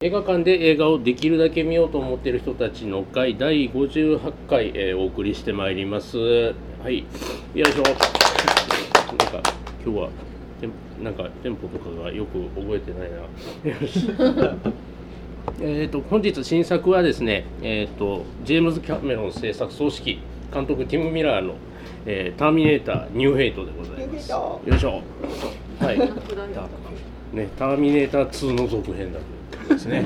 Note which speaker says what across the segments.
Speaker 1: 映画館で映画をできるだけ見ようと思っている人たちの会第58回、えーお送りしてまいりますはいよいしょなんか今日はテンなんかテンポとかがよく覚えてないなよしえー、と本日新作はですね、えー、とジェームズ・キャメロン制作総指揮監督ティム・ミラーの「えーターミネーターニューヘイト」でございます
Speaker 2: ニュ
Speaker 1: よいしょはいね「ターミネーター2」の続編だということですね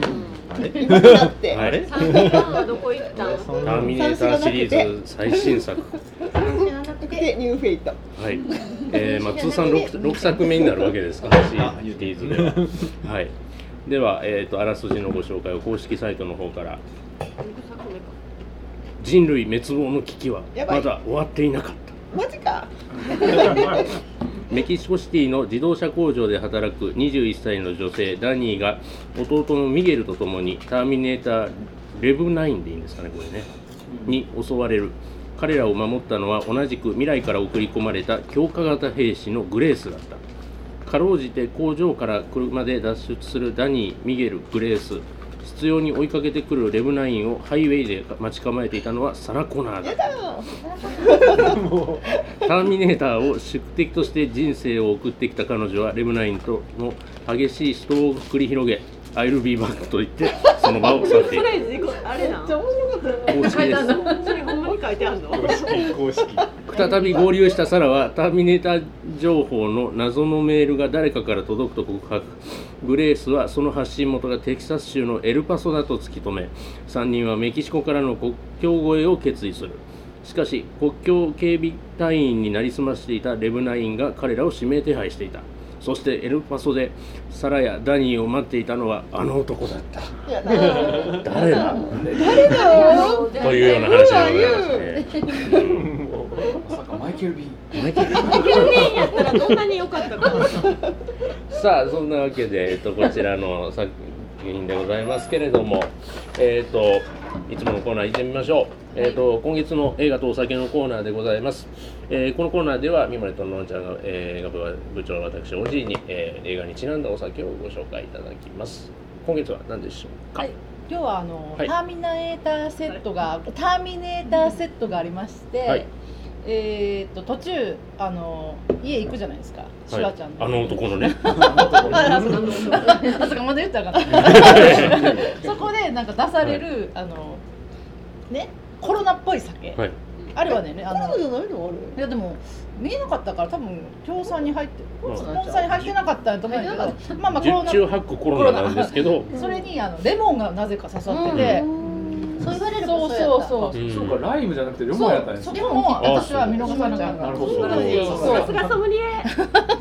Speaker 2: だって、
Speaker 1: あれ
Speaker 3: 三時間はどこ行った
Speaker 1: タ
Speaker 3: の？
Speaker 1: ーミネーターシリーズ最新作
Speaker 2: でニューフェイト。
Speaker 1: はい、えーまあ、通算 6, 六作目になるわけですからシリーズでは、はい、では、えー、とあらすじのご紹介を公式サイトの方から「人類滅亡の危機は
Speaker 2: やばい
Speaker 1: まだ終わっていなかった」
Speaker 2: マジか。
Speaker 1: メキシコシティの自動車工場で働く21歳の女性ダニーが弟のミゲルと共にターミネーターレブ9でいいんですかねこれねに襲われる彼らを守ったのは同じく未来から送り込まれた強化型兵士のグレースだったかろうじて工場から車で脱出するダニーミゲルグレース必要に追いかけてくるレブ9をハイウェイで待ち構えていたのはサラ・コナーだ
Speaker 2: やだ。
Speaker 1: ターミネーターを宿敵として人生を送ってきた彼女はレムナインとの激しい死闘を繰り広げ「I'll be back」と言ってその場を去っ
Speaker 3: そ
Speaker 1: ていく
Speaker 3: れ事故あれな
Speaker 2: めっちゃ
Speaker 3: ん。
Speaker 2: 面白かったよ。
Speaker 1: 公式
Speaker 3: 書い
Speaker 1: で
Speaker 3: てあん
Speaker 1: す
Speaker 3: の？それほんまに書いてあんの？
Speaker 4: 公式公式
Speaker 1: 再び合流したサラはターミネーター情報の謎のメールが誰かから届くと告白グレースはその発信元がテキサス州のエルパソだと突き止め3人はメキシコからの国境越えを決意するしかし国境警備隊員になりすましていたレブナインが彼らを指名手配していたそしてエルパソでサラやダニーを待っていたのはあの男だった
Speaker 2: やだ。
Speaker 1: 誰だ
Speaker 2: 誰だよ。
Speaker 1: というような話でございますねうん
Speaker 4: まさかマイケル・ビー
Speaker 3: いやったらどんなに良かったか。
Speaker 1: さあそんなわけで、えっと、こちらの作品でございますけれども、えっといつものコーナー行ってみましょう、えっと今月の映画とお酒のコーナーでございます、えーこのコーナーでは三村とのんちゃんが、えー映画部は部長の私おじいに、えー映画にちなんだお酒をご紹介いただきます今月は何でしょうか、
Speaker 5: はい今日はあの、
Speaker 1: はい
Speaker 5: ターミネーターセットが、ターミネーターセットがありまして、
Speaker 1: はい
Speaker 5: えーっと途中あの家行くじゃないですか、シュワちゃん
Speaker 1: あの男のね
Speaker 5: あそうかあそうかまだ言っ たらあかなそこでなんか出される、あのねコロナっぽい酒、
Speaker 1: はい
Speaker 5: あるわねあ
Speaker 2: コロナ
Speaker 5: の
Speaker 2: じゃないの
Speaker 5: いやでも見えなかったから多分共産に入って
Speaker 1: うん
Speaker 5: 共産に入ってなかったと思うんだけどまあまあコロ
Speaker 1: 十
Speaker 5: ナ
Speaker 1: 中八九コロナなんですけど
Speaker 5: それにあのレモンがなぜか刺さってて、
Speaker 3: そう言われる
Speaker 5: そうそうそう
Speaker 1: うん
Speaker 4: そうかライムじゃなくてレモンやったん
Speaker 5: そう、
Speaker 4: です
Speaker 5: そ
Speaker 4: ね
Speaker 5: こも私は見逃さなかった。
Speaker 4: なるほ
Speaker 3: そう
Speaker 4: ど
Speaker 3: なんですよ。さすがソムリエ。
Speaker 5: そ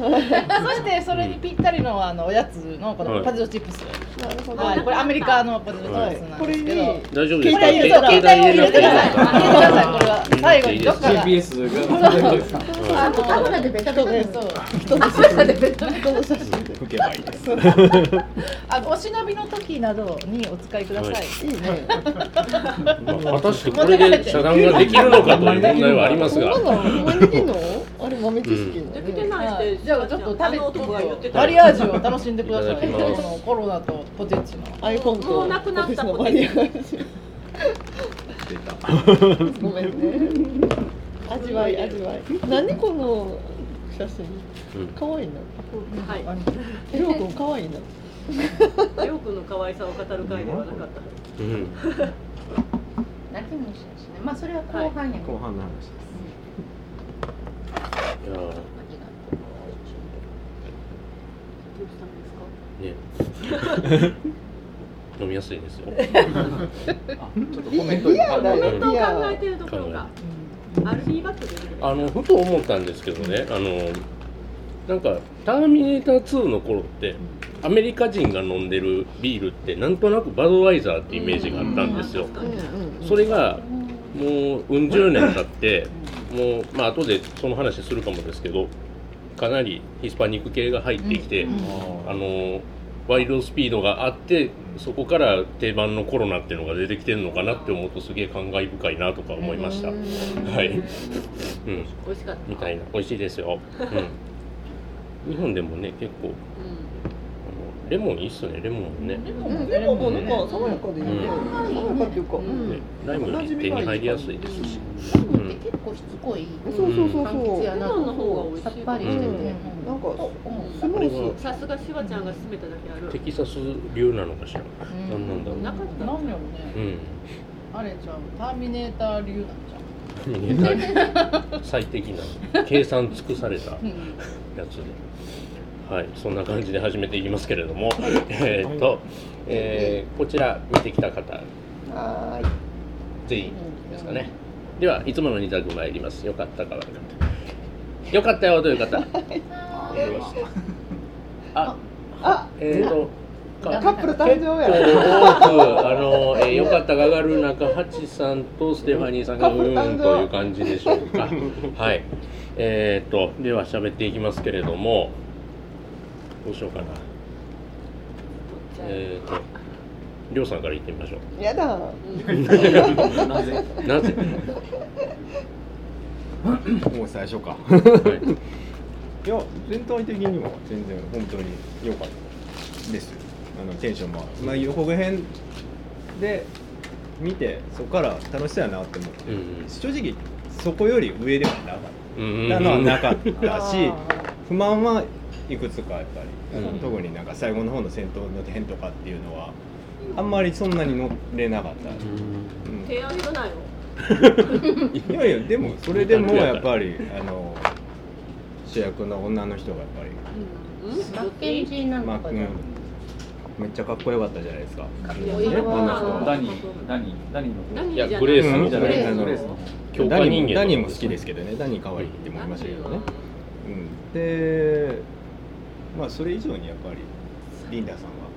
Speaker 5: してそれにぴったりのあのおやつのこ
Speaker 1: はい
Speaker 5: のポテトチップス。
Speaker 2: あれ。なるほど。
Speaker 5: はい、これアメリカのポテトチップスなん
Speaker 2: こ
Speaker 5: で
Speaker 2: れ
Speaker 5: す
Speaker 2: に
Speaker 5: けど。こ
Speaker 1: 大丈夫ですか
Speaker 5: れ
Speaker 2: 携帯
Speaker 5: にそう携帯を入れてください。
Speaker 1: 携帯
Speaker 5: 入れてください。これは最後にどっかが。
Speaker 4: GPS が大丈夫ですか
Speaker 1: 入れてください
Speaker 3: 油でベタベタです。
Speaker 5: そう。
Speaker 2: 人の写真で。人の写真で。
Speaker 4: 吹けばいいです
Speaker 5: あのお忍びの時などにお使いください。
Speaker 1: はい
Speaker 2: いいね。
Speaker 1: まあ果たしてこれで遮断ができるのかという問題はあります
Speaker 2: そん
Speaker 1: が
Speaker 2: なの生まれてんの？あれ豆知識な
Speaker 3: で
Speaker 2: の
Speaker 3: きて
Speaker 2: ね。
Speaker 3: ない
Speaker 5: はい
Speaker 3: って。
Speaker 5: じゃあちょっと食べて
Speaker 3: 男が言って
Speaker 5: ちょっと
Speaker 3: た
Speaker 5: マ。リアージュを楽しんでください。
Speaker 1: いただきます
Speaker 5: このコロナとポテチの。
Speaker 2: アイコンと
Speaker 3: もうなくなった
Speaker 2: ポテチのマリアージ
Speaker 4: 出た
Speaker 2: ュごめんね。味わい味わい。何この写真？
Speaker 1: うん
Speaker 2: 可愛いな。
Speaker 3: はい。
Speaker 2: りょうくん可愛いな。
Speaker 3: りょうくんの可愛さを語る会ではなかった。
Speaker 1: うん
Speaker 6: 泣き虫ですね。まあそれは後半やけど、
Speaker 4: 後半の話です
Speaker 1: い
Speaker 6: あり
Speaker 1: やー
Speaker 6: がと
Speaker 3: どうしたんですか。
Speaker 1: ね 飲みやすいですよ。
Speaker 4: あちょっとコメントにあ
Speaker 2: だね
Speaker 3: コメントを考えてるところが。アルフィーバックで出てくる。
Speaker 1: あのふと思ったんですけどね、あのなんかターミネーター2の頃ってアメリカ人が飲んでるビールってなんとなくバドワイザーってイメージがあったんですよ。
Speaker 3: うん
Speaker 1: それがもううん十年経って、もうまあ後でその話するかもですけど、かなりヒスパニック系が入ってきて。あのワイルドスピードがあってそこから定番のコロナっていうのが出てきてるのかなって思うとすげえ感慨深いなとか思いました、はい、うん、
Speaker 3: 美味しかった。
Speaker 1: みたいな美味しいですよ、うん、日本でもね結構あのレモンいいっすねレモンね、
Speaker 7: レモ
Speaker 2: う
Speaker 7: ンも
Speaker 2: ん、
Speaker 7: ね
Speaker 2: で
Speaker 7: レモ
Speaker 2: も
Speaker 7: ンも
Speaker 2: もうな
Speaker 7: ね
Speaker 2: んか爽やかでいいね
Speaker 1: うん
Speaker 2: 爽やかっていうか、う
Speaker 5: うん
Speaker 2: ん、
Speaker 1: ライムより手に入りやすいですし
Speaker 5: ライムって結構しつこい、
Speaker 2: そうそうそうそ
Speaker 1: 柑
Speaker 2: う、
Speaker 5: 柑橘やな
Speaker 3: レモンの方が美味しい
Speaker 5: さっぱりしてて、
Speaker 1: うん
Speaker 2: なんか
Speaker 5: と思う
Speaker 2: スムーズ
Speaker 3: さすがシワちゃんが勧めただけある
Speaker 1: テキサス流なのかしらなんなんだろう
Speaker 3: なかっ
Speaker 7: な
Speaker 3: た
Speaker 7: んやろ
Speaker 1: う
Speaker 7: ね。
Speaker 1: ん
Speaker 7: あれちゃう。ターミネーター流なんちゃう。
Speaker 1: 逃げたい最適な計算尽くされたやつではいそんな感じで始めていきますけれどもえーっと、えーこちら見てきた方
Speaker 2: はーい
Speaker 1: 全員ですかねではいつもの2択参りますよかったか悪かったよかったよという方あ
Speaker 2: あ
Speaker 1: えーっと
Speaker 2: カ
Speaker 1: か
Speaker 2: ップル誕生や
Speaker 1: 結構多くあの、えー、よかったが上がる中八さんとステファニーさんがうーんという感じでしょう かはいえー、とでは喋っていきますけれどもどうしようかなえー、とりょうさんから言ってみましょ
Speaker 2: やだ
Speaker 8: なぜ
Speaker 1: う なぜ、
Speaker 4: もう最初か
Speaker 1: はい
Speaker 4: いや全体的には全然本当に良かったですあのテンションもまあ予告編で見てそこから楽しそうやなって思って、
Speaker 1: うん
Speaker 4: 正直そこより上ではなかっ
Speaker 1: うんうん
Speaker 4: たのはなかっ
Speaker 7: あ
Speaker 4: たし不満はいくつかやっぱり、
Speaker 1: うん
Speaker 4: 特になんか最後の方の戦闘の点とかっていうのはあんまりそんなに乗れなかった、うん
Speaker 3: 提案いらないの
Speaker 4: いやいやでもそれでもやっぱりあの主役の女の人がやっぱり
Speaker 3: うんうん
Speaker 5: マッケンジーなんと
Speaker 4: まあ、
Speaker 5: か
Speaker 4: う
Speaker 5: じ
Speaker 4: ん
Speaker 5: ゃん、
Speaker 4: めっちゃかっこよかったじゃないですか。かっ
Speaker 3: いやいや
Speaker 8: ダニーダニーダニーの方
Speaker 3: 何
Speaker 1: い
Speaker 3: じゃな
Speaker 1: や
Speaker 3: い
Speaker 1: グレース
Speaker 4: うん
Speaker 1: の
Speaker 8: じゃ
Speaker 1: グ
Speaker 8: な
Speaker 1: レ
Speaker 8: い
Speaker 1: ース
Speaker 8: グ
Speaker 1: の
Speaker 8: レースの方
Speaker 1: 強化人間
Speaker 4: ダニーも好きですけどね、ダニー可愛いって思いましたけどね。うん、で、まあそれ以上にやっぱりリンダさんは、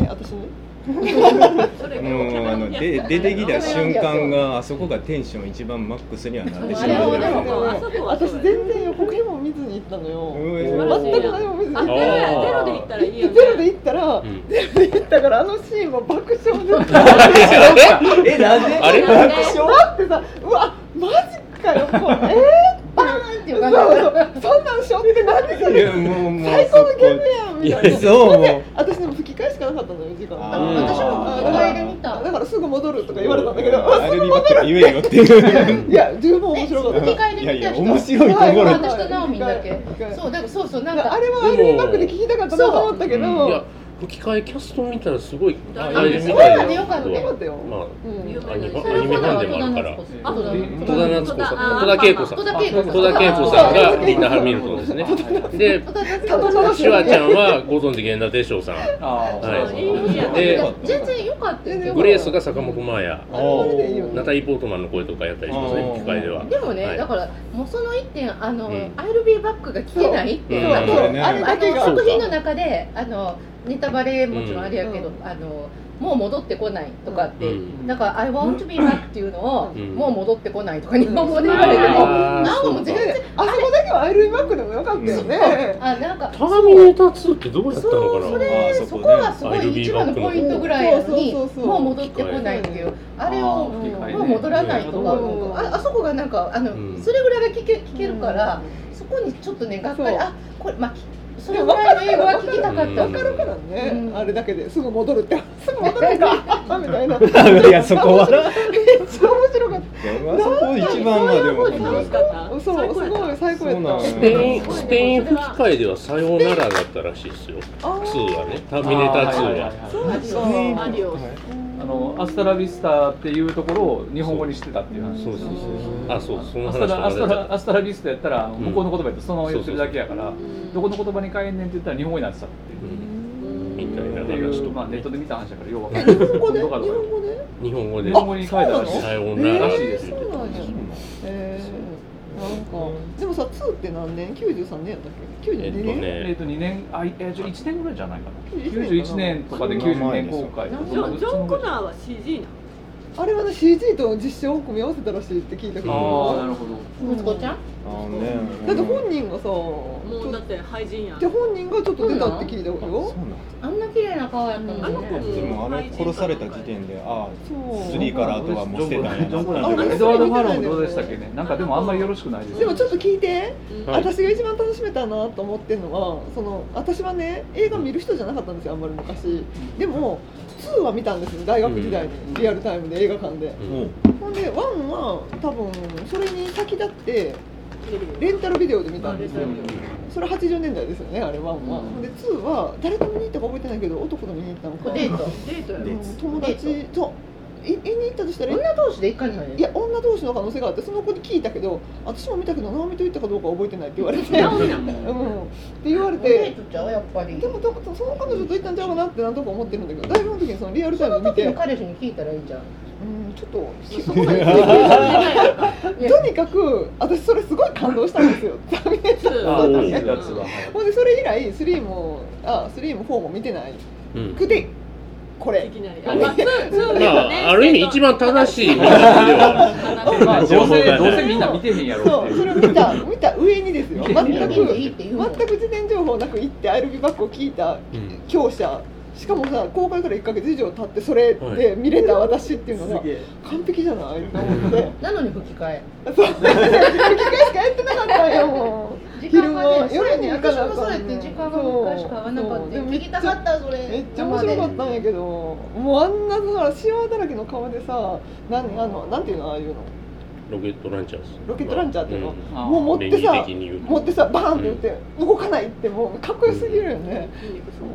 Speaker 2: え私に
Speaker 3: それ
Speaker 4: もうあので出てきた瞬間があそこがテンション一番マックスにはなってしまうじゃないです
Speaker 5: あれはで
Speaker 4: か。
Speaker 5: も
Speaker 2: 私全然予告編も見ずに行ったのよ
Speaker 4: うん
Speaker 2: 全く何も見ずに行っ
Speaker 1: あ
Speaker 2: て
Speaker 3: ゼロで行ったらいいよね
Speaker 2: ゼロで行ったら、
Speaker 1: うん
Speaker 2: ゼロで行ったからあのシーンも爆笑で
Speaker 4: え、なんで？
Speaker 1: あれ
Speaker 4: 爆
Speaker 2: 笑ってさうわマジかよこれえー
Speaker 5: バーンっていう
Speaker 2: そ
Speaker 5: 感
Speaker 2: う
Speaker 5: じ
Speaker 2: そうそんなんしょって何そ
Speaker 4: 笑い
Speaker 2: れ
Speaker 4: やもうもう
Speaker 2: 最高のゲームやんみたいな
Speaker 4: そこいやそう
Speaker 2: ほんで
Speaker 4: もう
Speaker 2: 私でも吹き返しかなかったのよ時間
Speaker 4: あ
Speaker 5: あ
Speaker 1: うん
Speaker 5: 私も吹き替えで見た
Speaker 2: だからすぐ戻るとか言われたんだけど、あ
Speaker 4: アルビバって言えよっていう。
Speaker 2: いや十分面白かった
Speaker 5: 吹き替えで見た人
Speaker 4: いやいや面白いとこ
Speaker 2: は
Speaker 4: ろ
Speaker 2: い
Speaker 5: 私とナオミンだけ
Speaker 2: 吹き替え
Speaker 5: そうだからそうそうなんか
Speaker 2: あれはアルビバックで聞きたかったなと思ったけど、
Speaker 4: でも
Speaker 1: いや吹き替えキャスト見たらすごい
Speaker 3: あ
Speaker 1: あれみ
Speaker 5: そう
Speaker 1: たい
Speaker 5: なんだよかった
Speaker 2: よかったよ
Speaker 1: まあ
Speaker 2: うん
Speaker 1: アニメ
Speaker 5: そ
Speaker 1: アニ
Speaker 5: れ
Speaker 1: メフ
Speaker 5: こそ
Speaker 1: ァン
Speaker 5: は
Speaker 1: で
Speaker 5: 戸
Speaker 1: もある
Speaker 5: 田
Speaker 1: か
Speaker 5: 夏
Speaker 1: ら
Speaker 5: 子さん
Speaker 3: あ
Speaker 5: 戸田
Speaker 8: うん
Speaker 1: 戸田夏子
Speaker 3: あ
Speaker 1: さん
Speaker 3: ー
Speaker 1: 戸田恵子さん
Speaker 5: 戸田恵子さん
Speaker 1: 戸田恵子さんがリンダ・ハミルトンですねで
Speaker 5: 戸田夏子さん
Speaker 1: シュワちゃんはご存知源田哲章さん
Speaker 8: ああ、
Speaker 1: はい
Speaker 8: そう
Speaker 5: い
Speaker 1: で
Speaker 5: や全然良かったよ
Speaker 1: グレースが坂本真綾
Speaker 2: あれマジでいいよね
Speaker 1: ナタリー・ポートマンの声とかやったりしますね
Speaker 4: あー
Speaker 1: 吹き替えでは
Speaker 5: でもね、
Speaker 1: はい
Speaker 5: だからもうその一点あの、
Speaker 1: うん
Speaker 5: アイルビーバックが聞けないって、
Speaker 1: そう
Speaker 5: あ
Speaker 1: うん
Speaker 5: の
Speaker 2: そうあれだけが
Speaker 1: そう
Speaker 5: 作品の中であのネタバレもちろんあれやけど、
Speaker 2: うん
Speaker 5: あのもう戻ってこないとかって、
Speaker 1: うん
Speaker 5: だから「I want to be back」っていうのを、
Speaker 1: うん
Speaker 5: もう戻ってこないとか日本語で言われても、
Speaker 1: あー
Speaker 5: なんかもう全然
Speaker 2: あそこだけはアイルビバックでもよかったよね、
Speaker 5: あなんか
Speaker 1: ターミネーター2ってどうやったのかな
Speaker 5: そうそ
Speaker 4: あ
Speaker 5: れ
Speaker 4: ー
Speaker 5: そ
Speaker 4: そこね
Speaker 5: こがすご
Speaker 1: I'll
Speaker 5: い
Speaker 1: be
Speaker 5: 一番の
Speaker 1: back
Speaker 5: ポイントぐらいやのに
Speaker 2: そうそうそうそう
Speaker 5: もう戻ってこないっていうあれを
Speaker 2: うん
Speaker 5: もう戻らないとか、
Speaker 2: うん
Speaker 5: ああそこがなんかあの、
Speaker 1: うん
Speaker 5: それぐらいが聞け聞けるから、そこにちょっとねがっかりあこれまあきそれぐらいの英語は聞きたかった
Speaker 1: うん
Speaker 2: だからね、
Speaker 5: うん
Speaker 2: あれだけですぐ戻るってすぐ戻るんかみたいなめっ
Speaker 4: いやそこは。
Speaker 2: ちゃ面白かっ
Speaker 4: いやまあそこ一番はでも本当
Speaker 3: 楽
Speaker 4: に
Speaker 3: しかった
Speaker 2: た そうすごい最高やった
Speaker 4: そう
Speaker 1: スペイン
Speaker 4: うん
Speaker 1: スペイン吹き替えではさようならだったらしいですよ
Speaker 2: あー
Speaker 1: 2はねターミネーター2は
Speaker 3: アディオアディオ
Speaker 8: あのアスタラビスタっていうところを日本語にしてたっていう話
Speaker 1: そうそうそうそうあそうその
Speaker 8: ア
Speaker 1: 話
Speaker 8: スタ
Speaker 1: も
Speaker 8: ラア
Speaker 1: ま
Speaker 8: ス
Speaker 1: だ出
Speaker 8: タ
Speaker 1: た
Speaker 8: ラアスタラビスタやったら向こうの言葉やったらそのまま言ってるだけやからどこの言葉に変えんねんって言ったら日本語になってたっていう
Speaker 1: うんみたいな
Speaker 8: ってい
Speaker 1: 話と
Speaker 8: う
Speaker 1: か
Speaker 8: まあネ
Speaker 1: ね
Speaker 8: ットで見た話だからようわか
Speaker 2: え
Speaker 8: んない
Speaker 2: 日本語で日本
Speaker 8: どうかとか
Speaker 2: 語で
Speaker 1: 日本語
Speaker 8: 日
Speaker 1: で
Speaker 8: 本語に変えたらしい
Speaker 1: さようなら
Speaker 8: らしいです
Speaker 2: そうなんやえー、なんかでもさ2って何年93年やったっけ
Speaker 1: えっと
Speaker 2: 92年、
Speaker 8: えっ
Speaker 1: ね
Speaker 8: と2年あいやちょ1年ぐらいじゃないかな
Speaker 2: 91
Speaker 8: 91年とかで90年公開
Speaker 3: ジョンジョン・コナーは CG なの
Speaker 2: あれはね CG と実写を組み合わせたらしいって聞いたから
Speaker 8: ああなるほど
Speaker 5: 息子ちゃん
Speaker 4: あのね
Speaker 2: だって本人がさ
Speaker 3: もうだって廃人やん
Speaker 2: で本人がちょっと出たって聞いたよ
Speaker 4: そうなん
Speaker 5: あんな綺麗な顔やったの
Speaker 3: あの子
Speaker 5: ね。
Speaker 4: でもあの殺された時点でああ
Speaker 2: そう
Speaker 4: スリーから後はもう捨てたんやな
Speaker 2: あ
Speaker 8: エドワード・ファローもどうでしたっけねなんかでもあんまりよろしくないです
Speaker 2: で
Speaker 8: よ
Speaker 2: も
Speaker 8: ね
Speaker 2: ちょっと聞いて、
Speaker 1: はい
Speaker 2: 私が一番楽しめたなと思ってるのはその私はね映画見る人じゃなかったんですよあんまり昔でも2は見たんですよ大学時代に、リアルタイムで映画館で、
Speaker 1: うん
Speaker 2: ほんで1は多分それに先立ってレンタルビデオで見たんですよそれ80年代ですよねあれ1は、ほんで2は誰と見に行ったか覚えてないけど男と見に行ったのか
Speaker 5: デート。
Speaker 3: デートやろ
Speaker 4: デー
Speaker 2: うん友達とい絵に行ったとしたら
Speaker 5: 女同士で行かない。
Speaker 2: いや女同士の可能性があってその子に聞いたけど私も見たけど直美と言ったかどうか覚えてないって言われて、
Speaker 3: 直美なの
Speaker 2: うん、って言われ
Speaker 5: デ
Speaker 2: て
Speaker 5: ートちゃうやっぱり。
Speaker 2: でも多分その彼女と行ったんちゃうかなってなんとか思ってるんだけど大学の時にそのリアルタ
Speaker 5: そ
Speaker 2: イム
Speaker 5: の
Speaker 2: 見て
Speaker 5: 時
Speaker 2: う
Speaker 5: の
Speaker 2: ん
Speaker 5: 彼氏に聞いたらいいじゃん。
Speaker 2: ちょっと引き込まないでとにかく私それすごい感動したんですよダメだ
Speaker 8: ああ
Speaker 1: うん
Speaker 8: 確かにやつは
Speaker 2: ほんでそれ以来3もあ3も4も見てない
Speaker 1: うん
Speaker 2: くてこれ
Speaker 3: いきなりあまあツーツー
Speaker 1: ま
Speaker 3: だよね
Speaker 1: あ、ある意味一番正しい見方では
Speaker 8: まあどうせどうせみんな見てへんやろ
Speaker 2: そう
Speaker 8: って
Speaker 2: う
Speaker 8: い
Speaker 2: それ
Speaker 8: う
Speaker 2: を見た見た上にですよ全
Speaker 5: 見
Speaker 2: く
Speaker 5: ていいって言うもん。
Speaker 2: 全く事前情報なく行って「アイルビーバック」を聞いた強者しかもさ公開から1か月以上経ってそれで見れた私っていうのが完璧じゃないと思って
Speaker 5: なのに吹き替え。
Speaker 2: そう吹き替えしかやってなかったんよも
Speaker 5: 時
Speaker 2: 昼
Speaker 5: 間が
Speaker 2: 間
Speaker 5: ね、夜
Speaker 2: 夜
Speaker 5: に
Speaker 2: に行か
Speaker 5: 私
Speaker 2: なあかん
Speaker 5: もそうやって時間が一回しか合わなかっ
Speaker 2: そう
Speaker 5: た。
Speaker 2: でも
Speaker 5: 聞きたかったそれ。
Speaker 2: うめっちゃ面白かったんやけどもうあんなさ塩だらけの顔でさ何あのなんていうのああいうの
Speaker 1: ロケットランチャーです
Speaker 2: ロケットランチャーっていうの
Speaker 1: ん
Speaker 8: ああ
Speaker 2: もう持って
Speaker 1: 便宜
Speaker 2: さ
Speaker 1: 的に言うと
Speaker 2: 持ってさバーンって打って動かないってもうかっこよすぎるよね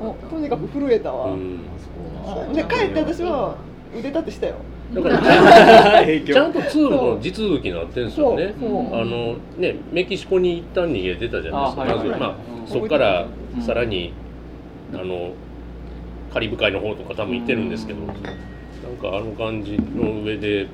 Speaker 2: もうとにかく震えた
Speaker 1: う
Speaker 2: わ
Speaker 1: ん
Speaker 2: で帰って私は腕立てしたよ
Speaker 1: だ から
Speaker 4: 影響
Speaker 1: ちゃんとツールの地続きになってんですよね
Speaker 2: そう
Speaker 1: あのねメキシコに一旦逃げてたじゃないですか
Speaker 8: あはい
Speaker 1: まず
Speaker 8: はい
Speaker 1: まあ
Speaker 8: うん
Speaker 1: そこから
Speaker 8: うん
Speaker 1: さらにあのカリブ海の方とか多分行ってるんですけど
Speaker 8: う
Speaker 1: なんかあの感じの上で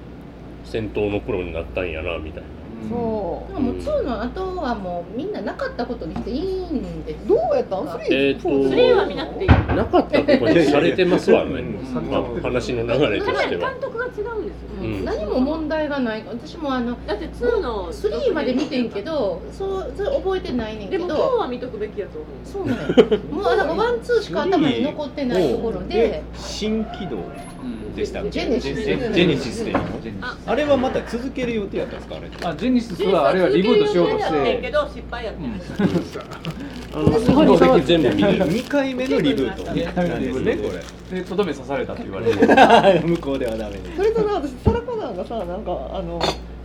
Speaker 1: 戦闘のプロになったんやなみたいな
Speaker 2: そ
Speaker 5: でももう2の後はもうみんななかったことにしていいんです
Speaker 2: う。どうやったん？スリー？
Speaker 1: えーと
Speaker 2: フォ
Speaker 3: スリーは見なくていい
Speaker 1: なかったことにされてますわね
Speaker 4: うん
Speaker 8: うん
Speaker 1: まあ話の流れとしては
Speaker 3: 監督が違うんですよ
Speaker 5: う
Speaker 1: うんん
Speaker 5: 何も問題がない。私もあの
Speaker 3: だってツーの
Speaker 5: 3まで見てんけど、そうそれ覚えてないねん
Speaker 3: で
Speaker 5: け
Speaker 3: も今日
Speaker 5: ど。
Speaker 3: は見とくべきやと思う
Speaker 5: そうなんや。もうだからワンツーしか頭に残ってないところで。
Speaker 4: 新起動
Speaker 8: うん
Speaker 4: でしたっけ
Speaker 5: ジェネシス
Speaker 4: ジェジェネシスで
Speaker 8: ジェニス
Speaker 4: あれはまた続ける予定やったんですかあれって
Speaker 8: あジェニスはあれはリブートしようとし
Speaker 3: やってんけ
Speaker 8: て
Speaker 3: ど失敗やっ
Speaker 8: う
Speaker 3: て
Speaker 8: ん
Speaker 1: あのスパイさんは全部見てる
Speaker 4: 2回目のリブート
Speaker 8: 二回目のリブート
Speaker 4: なんです
Speaker 8: でとどめ刺されたって言われ
Speaker 4: ね
Speaker 8: て
Speaker 4: これ向こうではダメで
Speaker 2: それとな私サラコナーがさなんかあの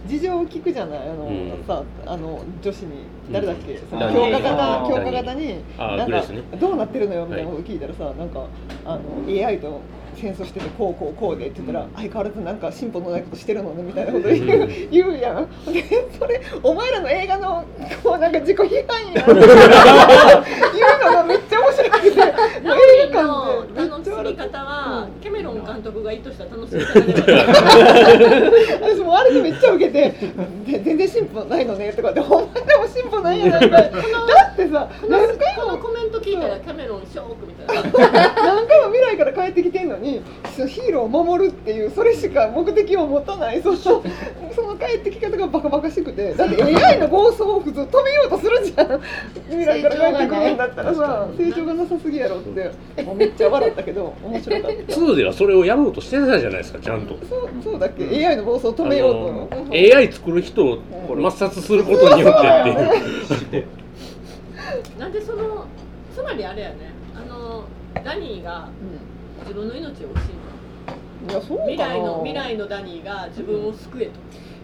Speaker 2: 事情を聞くじゃないあの、
Speaker 1: うん
Speaker 2: さあの女子に誰だっけ、
Speaker 1: うん
Speaker 2: その
Speaker 1: あ
Speaker 2: 強化型
Speaker 8: あー
Speaker 2: 強化型に
Speaker 1: あー
Speaker 2: なん
Speaker 1: グレース
Speaker 2: か、
Speaker 1: ね
Speaker 2: どうなってるのよみたいなこと聞いたらさ、なんかあの AI と戦争しててこうこうこうでって言ったら、
Speaker 8: うん
Speaker 2: 相変わらずなんか進歩のないことしてるのねみたいなこと言う,、
Speaker 1: うん
Speaker 2: 言うやんでそれお前らの映画のこうなんか自己批判 やん言うのがめっちゃ面白くてもう映画
Speaker 3: の
Speaker 2: 館でめっ
Speaker 3: 楽
Speaker 2: ち
Speaker 3: し
Speaker 2: ゃ笑
Speaker 3: み
Speaker 2: って
Speaker 3: 方はキャメロン監督が意図した楽しみ
Speaker 2: 私もあれでめっちゃ受けてで全然進歩ないのねとかってほんまでも進歩ないんやないかいだってさ何回
Speaker 3: このコ
Speaker 2: も
Speaker 3: メント聞いたらキャメロンショックみたいな
Speaker 2: 何回も未来から帰ってきてんのにそのヒーローを守るっていうそれしか目的を持たないそのその帰ってき方がバカバカしくてだって AI の暴走を普通止めようとするじゃん未来から帰ってくるんだったらさ成長がなさすぎやろってもうめっちゃ笑ったけど面白かった。
Speaker 1: 2ではそれをやろうとしてたじゃないですかちゃんと
Speaker 2: そうそうだっけ AI の暴走を止めよう
Speaker 1: あ
Speaker 2: と
Speaker 1: の AI 作る人を抹殺することによってっていう
Speaker 3: なんでそのつまりあれやねあのダニーが
Speaker 2: うん
Speaker 3: 自分の命を惜しい
Speaker 2: いやそうかな
Speaker 3: 未来の未来のダニーが自分を救え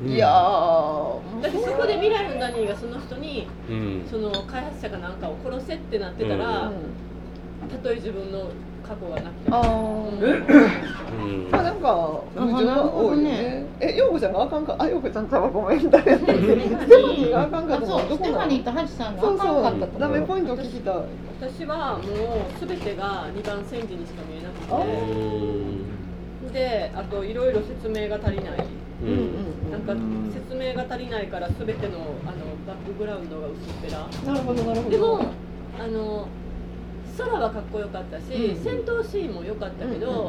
Speaker 3: と、
Speaker 2: いやー
Speaker 3: だってそこで未来のダニーがその人に
Speaker 1: うん
Speaker 3: その開発者かなんかを殺せってなってたら、たとえ自分の過去がなくて
Speaker 2: あ
Speaker 3: も
Speaker 2: ー
Speaker 1: うん
Speaker 2: まあなんか矛盾は多いよね。え、ようこちゃんがあかんか、あ、ようこちゃんちゃうわごめん、誰やったっけ ステファニーがあかんか
Speaker 5: あ
Speaker 2: ったの
Speaker 5: そう
Speaker 2: はど
Speaker 5: ス
Speaker 2: こ
Speaker 5: テフ
Speaker 2: な
Speaker 5: ァ
Speaker 2: の
Speaker 5: ニーとハチさんが
Speaker 2: そ
Speaker 5: あ
Speaker 2: う
Speaker 5: かんかっ
Speaker 2: そ
Speaker 5: た
Speaker 2: う、
Speaker 5: と
Speaker 2: ダ
Speaker 5: 思
Speaker 2: メ
Speaker 5: う。
Speaker 2: ポイントを聞きたい。
Speaker 3: 私はもう全てが二番煎じにしか見えな
Speaker 2: あ
Speaker 3: くてであといろいろ説明が足りない
Speaker 1: うんう
Speaker 2: うんうん
Speaker 1: ん
Speaker 3: なんか説明が足りないから全てのあのバックグラウンドが薄っぺら
Speaker 2: うん。なるほど、なるほど。
Speaker 3: でもあの空はかっこよかったし、
Speaker 2: うん
Speaker 3: 戦闘シーンも良かったけど、
Speaker 2: うんうん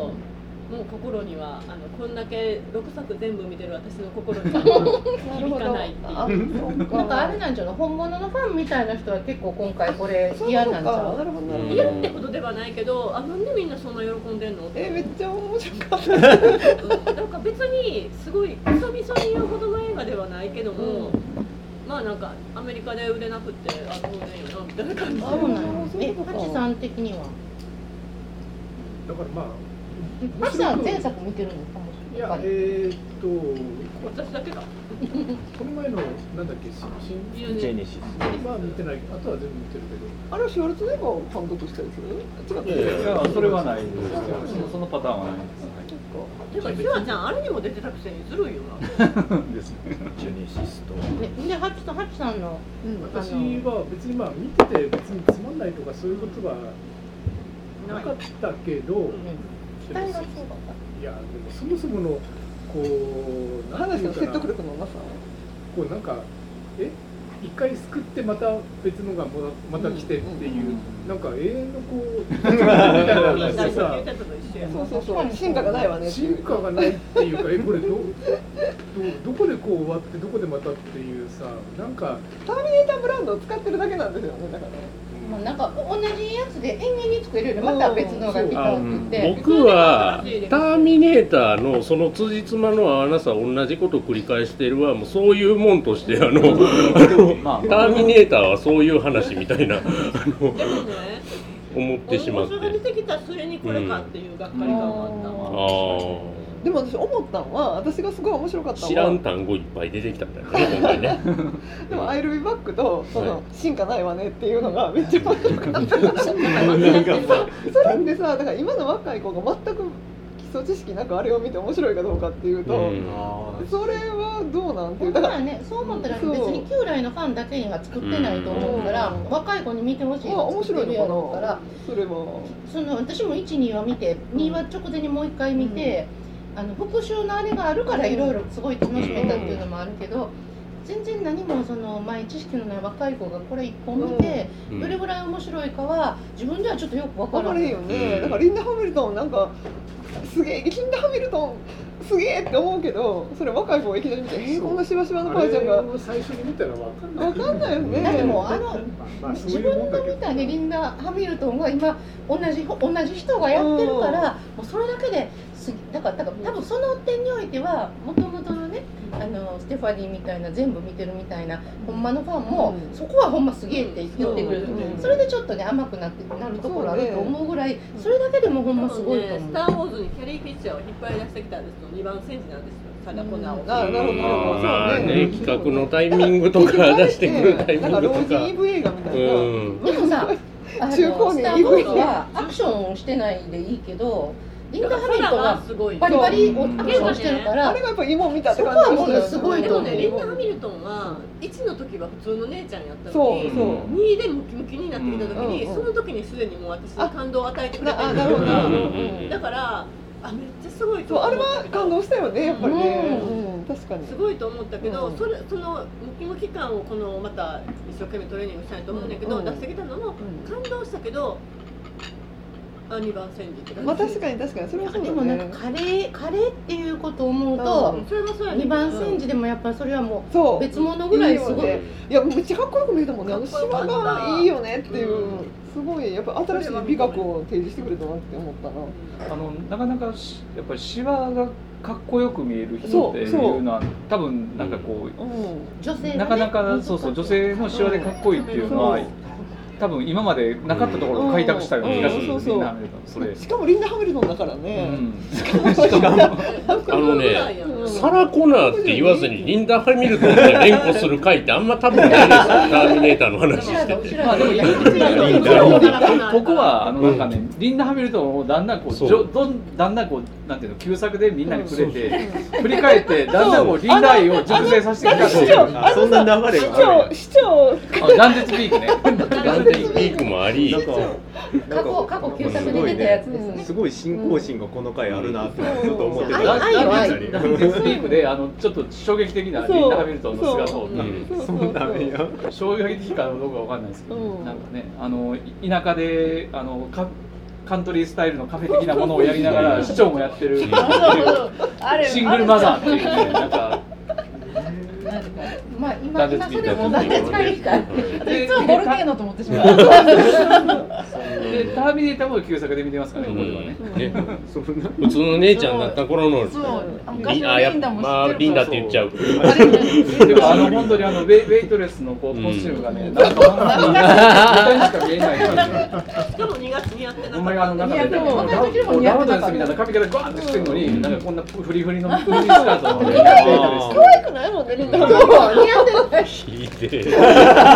Speaker 3: もう心にはあのこんだけ6作全部見てる私の心には
Speaker 2: なるほ
Speaker 3: 響か
Speaker 2: ど。
Speaker 3: ないっていう
Speaker 2: あ、そうか。
Speaker 5: なんかあれなんじゃない本物のファンみたいな人は結構今回これ
Speaker 2: そう
Speaker 5: 嫌
Speaker 2: か
Speaker 5: なんじゃ
Speaker 2: なるほど、なるほ
Speaker 1: うん
Speaker 2: ど。
Speaker 3: 嫌ってことではないけどあなんでみんなそんな喜んでんの
Speaker 2: えめっちゃ面白かった
Speaker 3: う んなんか別にすごいくそびそに言うほどの映画ではないけども、まあなんかアメリカで売れなくてあそうねんよなみたいな感じで
Speaker 5: あそうなんやえハチさん的には
Speaker 9: だからまあ
Speaker 5: ハチさん前作見てるのかもし
Speaker 9: い
Speaker 5: れ
Speaker 9: や
Speaker 5: ない
Speaker 9: えー、っと
Speaker 3: 私だけだ
Speaker 9: この前のなんだっけ新
Speaker 3: い
Speaker 9: 人
Speaker 3: るね
Speaker 4: ジェネシス
Speaker 9: は見てないあとは全部見てるけど
Speaker 2: あれはシュワルツェネッガーが監督したりする違
Speaker 9: いや
Speaker 2: う
Speaker 8: いやそれはないですよそのパターンはない
Speaker 3: てかひわちゃんあれにも出てたくせにずるいよな
Speaker 8: ですね
Speaker 4: ジェネシスと
Speaker 5: ねでハチとハチさんの
Speaker 9: 私は別にまあ見てて別につまんないとかそういうことはなかったけど、
Speaker 5: 期待がすごかっ
Speaker 9: いやでもそもそものこうなん
Speaker 2: 話
Speaker 9: てい
Speaker 2: の
Speaker 9: うか
Speaker 2: 説
Speaker 9: な
Speaker 2: 得力のなさ
Speaker 9: こうなんかえ一回救ってまた別のがもまた来てっていう、なんか永遠のこうみたいな
Speaker 3: みんな言
Speaker 9: 話で
Speaker 3: って
Speaker 9: さ
Speaker 3: たのと一緒や
Speaker 2: そうそうそう進化がないわねってい
Speaker 9: 進
Speaker 2: う
Speaker 9: 化がないっていうかえこれどどどこでこう終わってどこでまたっていうさなんか、
Speaker 2: ターミネーターブランドを使ってるだけなんですよねだから
Speaker 5: たもうなんか同じやつで延々に作れるよりまた別のが来た
Speaker 1: あ
Speaker 5: くて
Speaker 1: 僕は「ターミネーター」のその辻褄の合わなさ同じこと繰り返してるはもうそういうもんとして あの
Speaker 8: ま
Speaker 1: ターミネーターはそういう話みたいなあの
Speaker 3: でもね
Speaker 1: 思ってしまっ
Speaker 3: 面白が出
Speaker 1: て
Speaker 3: てきた末にこれかっていうがっかり感があったわ、
Speaker 1: あ
Speaker 8: うん
Speaker 2: でも私思ったのは私がすごい面白かっ
Speaker 1: あ
Speaker 2: たのは
Speaker 1: 知らん単語いっぱい出てきたんだよね今回ね
Speaker 2: でも「アイルビバック」と「そ
Speaker 1: はい
Speaker 2: の進化ないわね」っていうのがめっちゃ面白かった それってさだから今の若い子が全く基礎知識なくあれを見て面白いかどうかっていうと、
Speaker 1: うん
Speaker 2: それはどうなんってい
Speaker 5: 本
Speaker 2: うだ
Speaker 5: 当
Speaker 2: か
Speaker 5: は
Speaker 2: ら
Speaker 5: ねそう思ったら別に旧来のファンだけには作ってないと思うから
Speaker 2: うん
Speaker 5: 若い子に見てほしい
Speaker 2: まあ面白い
Speaker 5: 作ってるや
Speaker 2: の
Speaker 5: ろう
Speaker 2: か
Speaker 5: から
Speaker 2: なそれも
Speaker 5: その私も12は見て2は直前にもう1回見て、あの復習のあれがあるからいろいろすごい楽しめたっていうのもあるけど、全然何もその前知識のない若い子がこれ1本見て、
Speaker 1: うん
Speaker 5: どれぐらい面白いかは自分ではちょっとよく分か
Speaker 2: 分
Speaker 5: ら
Speaker 2: か
Speaker 5: な
Speaker 2: れへん
Speaker 5: い。
Speaker 2: よね、
Speaker 1: うん
Speaker 2: だからリンダ・ハミルトンなんかすげえリンダ・ハミルトンすげえって思うけどそれ若い子がいきなり見て「えー、こんなしわしわのばあちゃん
Speaker 9: あ
Speaker 2: が
Speaker 9: れを最初に見たらわかんない
Speaker 2: 分かんないよね」
Speaker 5: だってもうあの
Speaker 9: まあまあそう
Speaker 5: 自
Speaker 9: いう
Speaker 5: 分
Speaker 9: もんだ
Speaker 5: の
Speaker 9: け
Speaker 5: 見
Speaker 9: ど
Speaker 5: たねリンダ・ハミルトンが今同じ同じ人がやってるからもうそれだけですだからだから多分その点においてはもともとのねあのステファニーみたいな全部見てるみたいなほんまのファンも、
Speaker 2: うん
Speaker 5: そこはほんますげえって言ってくれる、
Speaker 2: うん
Speaker 5: それでちょっとね甘くなってなるところあると思うぐらいそれだけでもほんますごいと
Speaker 3: ね、
Speaker 5: 思
Speaker 3: ス
Speaker 5: う
Speaker 3: タ。ー・ウォーズにキャリー・フィッシャーを引っ張り出してきたんですよ2番戦士なんですよ貞子直
Speaker 2: な
Speaker 3: が
Speaker 2: なるほど
Speaker 1: うんまあ
Speaker 2: そう
Speaker 1: ね企画のタイミングとか出してくるタイミングと
Speaker 2: なんか老
Speaker 1: か
Speaker 2: 人 EV 映画みたいな、
Speaker 1: うん
Speaker 5: でもさ、あのスタ
Speaker 2: 中高年
Speaker 5: ー・ウォーズはアクションをしてないでいいけど、リンダ・ハミルトンが
Speaker 3: すごい
Speaker 5: バリバリアクションしてるか
Speaker 2: あ
Speaker 5: ら
Speaker 2: れ、がやっぱり今見たって
Speaker 5: そこ
Speaker 2: 感じが
Speaker 5: はも
Speaker 2: した
Speaker 5: うすごい
Speaker 3: で
Speaker 5: と
Speaker 3: も
Speaker 5: 思
Speaker 3: ね
Speaker 5: う。
Speaker 3: リンダ・ハミルトンは1の時は普通の姉ちゃんやったの
Speaker 2: そう
Speaker 3: に
Speaker 2: そう
Speaker 3: 2でムキムキになってきた時に、
Speaker 2: うんうん
Speaker 3: その時にすでにもう私に感動を与えてくれて
Speaker 2: なあ
Speaker 3: る
Speaker 2: なるほどな、
Speaker 1: う
Speaker 2: うんん
Speaker 1: うん
Speaker 2: うん、
Speaker 3: だからあめっちゃすごい
Speaker 2: そうあれは感動したよねやっぱりね、
Speaker 5: う
Speaker 2: うん確かに
Speaker 3: すごいと思ったけど、
Speaker 2: うん
Speaker 3: それそのムキムキ感をこのまた一生懸命トレーニングしたいと思うんだけど、
Speaker 2: うん
Speaker 3: 出してきたのも
Speaker 2: う
Speaker 3: 感動したけど、あ2番戦時って
Speaker 2: まあ確かに確かにそれはそう
Speaker 5: で
Speaker 2: だ
Speaker 5: も
Speaker 2: ね
Speaker 5: なんかカレーカレーっていうことを思うと、
Speaker 3: それはそうやね
Speaker 5: 二番煎じでもやっぱりそれはも
Speaker 2: そうう
Speaker 5: 別物ぐらいすごい
Speaker 2: いよねいやめっちゃかっこよく見えたもんねあのシワがいいよねっていう、
Speaker 3: う
Speaker 2: すごいやっぱ新しい美学を提示してくれたなって思ったな
Speaker 8: あのなかなかしやっぱりシワがかっこよく見える人っていうのは多分なんかこう、
Speaker 2: うん
Speaker 5: う女性がね、
Speaker 8: なかなかそうそう女性のシワでかっこいいっていうのは、
Speaker 2: うん
Speaker 8: 多分今までなかったところを開拓したような気がするんですよ、
Speaker 2: うん
Speaker 8: ねそれ、
Speaker 2: しかもリンダ・ハミルトンだから
Speaker 8: う
Speaker 2: ね、
Speaker 8: ん、
Speaker 1: あのね
Speaker 2: うん
Speaker 1: サラ・コナーって言わずにリンダ・ハミルトンで連呼する回ってあんま多分ないですよターミネーターの話
Speaker 5: う
Speaker 1: して
Speaker 5: ら
Speaker 1: て。
Speaker 8: まあでも
Speaker 4: リンダ
Speaker 8: 僕はあのなんかね、リンダ・ハミルトンをだんだんこう
Speaker 1: そう
Speaker 8: じょどんだんだんこうなんていうの旧作でみんなにくれて振り返ってだんだんこうリンダ愛を熟成させてきたって
Speaker 2: 市
Speaker 8: い
Speaker 2: 長
Speaker 8: う
Speaker 2: あ
Speaker 4: そん
Speaker 2: の
Speaker 4: な
Speaker 2: さ
Speaker 4: 流れ
Speaker 2: 市
Speaker 4: があ
Speaker 2: 長
Speaker 4: る
Speaker 2: 市長
Speaker 8: あ断絶ピークね
Speaker 1: ダ
Speaker 8: 断
Speaker 1: ン
Speaker 8: 絶
Speaker 1: テ
Speaker 8: ピー
Speaker 1: ピ
Speaker 8: ク
Speaker 1: ークもあり
Speaker 4: なんか
Speaker 5: 過去過去旧作で出たやつですね。
Speaker 4: すごい信仰心がこの回あるなってずっと思って
Speaker 5: う
Speaker 4: た
Speaker 5: んあ愛は愛
Speaker 8: ダンデスピークであのちょっと衝撃的なリンダ・ハミルトンの姿を
Speaker 2: そう
Speaker 8: うん
Speaker 1: ん
Speaker 2: そう
Speaker 4: そんな目や
Speaker 8: 衝撃的かどうかわかんないですけど、
Speaker 2: うん
Speaker 8: なんかねあのい田舎であのカカントリースタイルのカフェ的なものをやりながら市長もやってる
Speaker 7: あれ
Speaker 8: シングルマザーっていうねなんか
Speaker 5: まあ今今それも断絶会議か。
Speaker 8: で
Speaker 7: いつもボルケーノと思ってしまう。
Speaker 8: ででターミネーターも旧作で見てますからね、
Speaker 1: うん
Speaker 8: これはね。
Speaker 1: ね
Speaker 4: そんな
Speaker 1: 普通の姉ちゃんだった頃の
Speaker 7: そう昔
Speaker 1: リ
Speaker 7: の
Speaker 1: あ
Speaker 7: リ
Speaker 1: やっ
Speaker 7: ンダ
Speaker 1: ぱ
Speaker 7: も
Speaker 1: まあ
Speaker 7: 知って
Speaker 1: リン
Speaker 7: るか
Speaker 1: ダっ
Speaker 7: ら
Speaker 1: て言っちゃう
Speaker 7: あれ
Speaker 8: でもあの本当にあのウェイウェイトレスのこうコスチュームがね、なんか本当に豚にしか見えない感
Speaker 3: でも2月に合って
Speaker 8: じ。
Speaker 3: な
Speaker 8: ほんまに
Speaker 3: か
Speaker 8: あ
Speaker 3: った
Speaker 8: の中で
Speaker 7: いやでも
Speaker 8: ダウン
Speaker 7: もう似合
Speaker 8: ダ
Speaker 7: っ
Speaker 8: ウ
Speaker 7: てなかった
Speaker 8: ンドレスみたいな髪型ガーってしてるの
Speaker 1: うん
Speaker 8: に、なんかこんなフリフリのフリスカートをね。
Speaker 2: 可愛くないもんね、 みんな。似合ってる
Speaker 1: 聞いて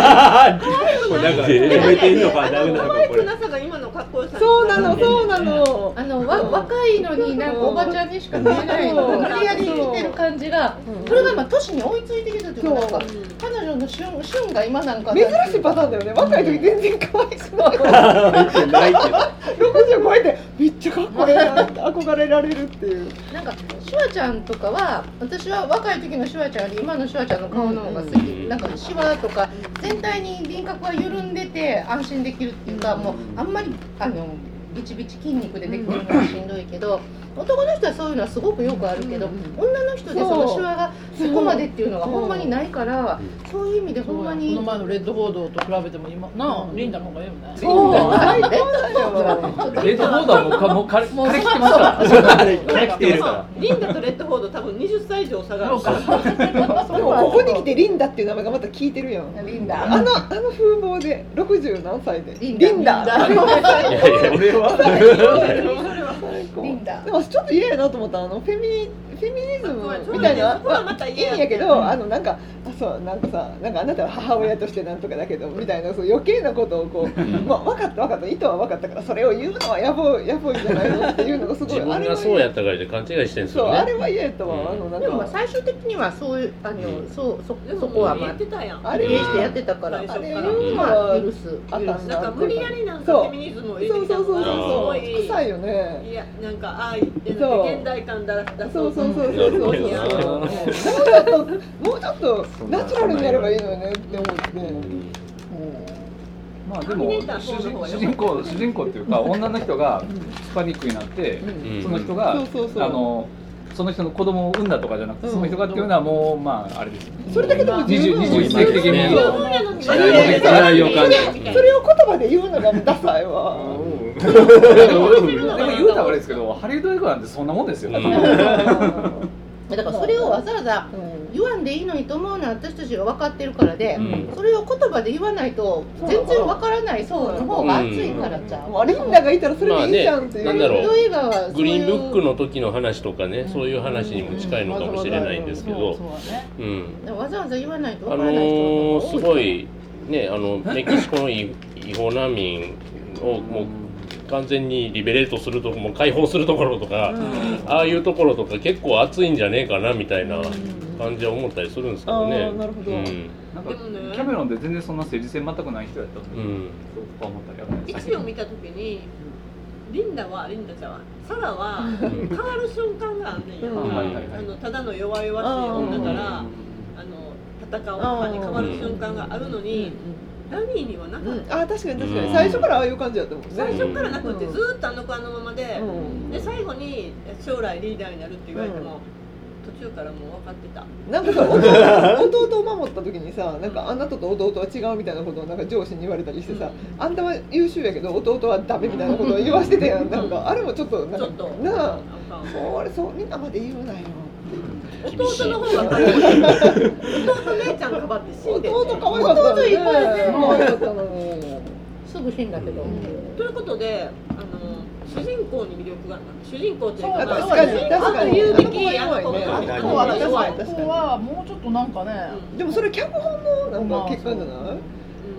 Speaker 4: なんか褒めてんのかダメなの
Speaker 3: 可
Speaker 4: かこ
Speaker 3: 愛く
Speaker 4: れ
Speaker 3: なさが今の格好良さに
Speaker 2: そうなの、そうなの。
Speaker 5: あのわ若いのになんかおばちゃんにしか見えない
Speaker 2: そう
Speaker 5: の無理やり生きてる感じがそれが今年に追いついてきたというかなんか
Speaker 3: うん
Speaker 5: 彼女の旬旬が今なんか
Speaker 2: 珍しいパターンだよね。若い時全然可愛くない。
Speaker 4: ないけど
Speaker 2: 60超えて、めっちゃかっこいいなって憧れられるっていう。
Speaker 5: なんかシュワちゃんとかは私は若い時のシュワちゃんより今のシュワちゃんの顔の方が好き、
Speaker 1: うん
Speaker 5: なんかシワとか全体に輪郭が緩んでて安心できるっていうか、もうあんまりあのビチビチ筋肉でできるのはしんどいけど、男の人はそういうのはすごくよくあるけど、女の人でそのシワがそこまでっていうのがほんまにないから、そういう意味でほんまに
Speaker 7: この前のレッド報道と比べても今なあリンダの方がいいよね
Speaker 2: そう、最高だよ。
Speaker 8: レッドボードはもうかもう彼
Speaker 7: もう
Speaker 8: 彼来てますから。彼来てるから。
Speaker 3: リンダとレッドフォード多分20歳以上差がある し
Speaker 2: でもここに来てリンダっていう名前がまた聞いてるやん。
Speaker 5: リンダ
Speaker 2: あのあの風貌で60何歳で
Speaker 5: リンダ
Speaker 2: リンダ
Speaker 5: リンダ
Speaker 1: いやいや
Speaker 4: 俺は
Speaker 5: リンダ
Speaker 2: でもちょっと嫌やなと思ったあのフェミフェミニズムみたいな
Speaker 3: そこはまた
Speaker 2: いい
Speaker 3: 嫌や
Speaker 2: んやけどあのなんかあそうなんかさなんかあなたは母親としてなんとかだけどみたいなそう余計なことをこう、まあ、分かった分かった意図は分かったからそれを言うのはやぼやぼいじゃないのっていうのがすごい
Speaker 1: 自分がそうやったからで勘違いしてんす
Speaker 2: そう
Speaker 1: よ
Speaker 2: あ
Speaker 1: ね
Speaker 2: れは嫌やったわあのなん
Speaker 5: でもまあ
Speaker 2: か
Speaker 5: 最終的にはそういうあの、
Speaker 1: うん
Speaker 5: そうそ
Speaker 3: でも
Speaker 5: そこはま
Speaker 3: 言
Speaker 5: あ
Speaker 3: ってたやん
Speaker 2: あ
Speaker 5: あれ
Speaker 2: れ
Speaker 5: イメージでやっ
Speaker 2: は
Speaker 5: てたから
Speaker 3: 最
Speaker 2: あ
Speaker 3: 初
Speaker 2: れ
Speaker 3: から
Speaker 2: は
Speaker 5: 許す
Speaker 2: あかんな
Speaker 3: なんか無理やりなん
Speaker 2: そ
Speaker 3: か
Speaker 2: う
Speaker 3: フェミニズムを入れ
Speaker 2: そう
Speaker 3: てきた
Speaker 2: そうそう
Speaker 3: のがす
Speaker 2: そ
Speaker 3: ご
Speaker 2: う
Speaker 3: い
Speaker 2: 臭いよね
Speaker 3: いやなんかああ言ってる
Speaker 2: そう
Speaker 3: 現代感だだ
Speaker 2: そうそ
Speaker 1: な
Speaker 2: うそうそうそう
Speaker 1: る
Speaker 2: そ
Speaker 1: ほ
Speaker 2: う
Speaker 1: どな
Speaker 2: もうちょっともうちょっとナチュラルにやればいいのよねって思って。
Speaker 8: まあでも主人主人公主人公っていうか女の人がスパニックになって、
Speaker 1: うん
Speaker 8: その人が、
Speaker 2: そうそうそう
Speaker 8: あのその人の子供を産んだとかじゃなくて、その人がっていうのはもうまああれですよ。
Speaker 2: それだけでも十分
Speaker 8: 20 21世紀的に
Speaker 1: 十分
Speaker 3: やのに
Speaker 8: 時代の時代を感じる。
Speaker 2: それを言葉で言うのがダサいわ
Speaker 8: でも言うたらあれですけど、ハリウッド映画なんてそんなもんですよ。
Speaker 1: うん
Speaker 5: だからそれをわざわざ言わんでいいのにと思うのは私たちが分かってるからで、
Speaker 1: うん
Speaker 5: それを言葉で言わないと全然分からない層の方が熱いからじゃん。
Speaker 2: もうリンダがいたらそれでいいじゃんっていう、
Speaker 1: まあねなんだろう
Speaker 5: 映画は
Speaker 1: グリーンブック
Speaker 5: の
Speaker 1: の時の話とかねそういう話にも近いのかもしれないんですけ
Speaker 7: そ
Speaker 1: ど
Speaker 7: うそうだね
Speaker 1: うん
Speaker 5: わざわざ言わないと
Speaker 1: あの
Speaker 5: 分からない人の
Speaker 1: ー
Speaker 5: 方
Speaker 1: す
Speaker 5: が多
Speaker 1: ご
Speaker 5: い
Speaker 1: いねあの メキシコの違違法難民をもう完全にリベレートするとこもう解放するところとか、ああいうところとか結構熱いんじゃねえかなみたいな感じは思ったりするんですけどね。
Speaker 2: あーなるほど
Speaker 1: うん
Speaker 8: なんかキャメロンって全然そんな政治性全くない人だったん
Speaker 1: う
Speaker 8: で、
Speaker 1: ん
Speaker 8: そう僕は思ったりはないです
Speaker 3: 1を見た時にリンダはリンダちゃんはサラは変わる瞬間があんねんや、
Speaker 2: うん
Speaker 8: はいはいは
Speaker 3: あ
Speaker 8: い
Speaker 3: のただの弱々しい女からあの戦う派に変わる瞬間があるのにラニーにはなかっ
Speaker 2: あ確かに確かに最初からああいう感じだったもんね
Speaker 3: た最初からなくってずーっとあの子あのままで、
Speaker 2: う
Speaker 3: で最後に将来リーダーになるって言われても、途中からもう分かってた
Speaker 2: ん、なんかさ弟弟を守った時にさなんかあなたと弟は違うみたいなことをなんか上司に言われたりしてさ、あんたは優秀やけど弟はダメみたいなことを言わしてたやんなんかあれもちょっとなん
Speaker 3: ち
Speaker 2: か
Speaker 3: ょっと
Speaker 2: なあ
Speaker 3: なんか
Speaker 2: それそうみんなまで言うなよ
Speaker 3: 弟の方がかわいい弟姉ちゃんかばって死んでんね
Speaker 2: 弟可愛かった
Speaker 5: 弟いっぱいね
Speaker 2: 可愛かったのに
Speaker 5: すぐ死んだけど、
Speaker 3: ということで、あの主人公に魅力が主人公という
Speaker 7: そ
Speaker 3: か、
Speaker 7: う
Speaker 3: まあ
Speaker 7: 確かに
Speaker 3: 主人
Speaker 7: 確かに
Speaker 3: 公というべきあの子
Speaker 2: あ
Speaker 4: の子
Speaker 7: そう
Speaker 3: も
Speaker 7: 私
Speaker 3: ね
Speaker 7: の
Speaker 2: は
Speaker 7: 子はもうちょっとなんかね
Speaker 2: でもそれ脚本のなんか結果じゃない、
Speaker 3: うん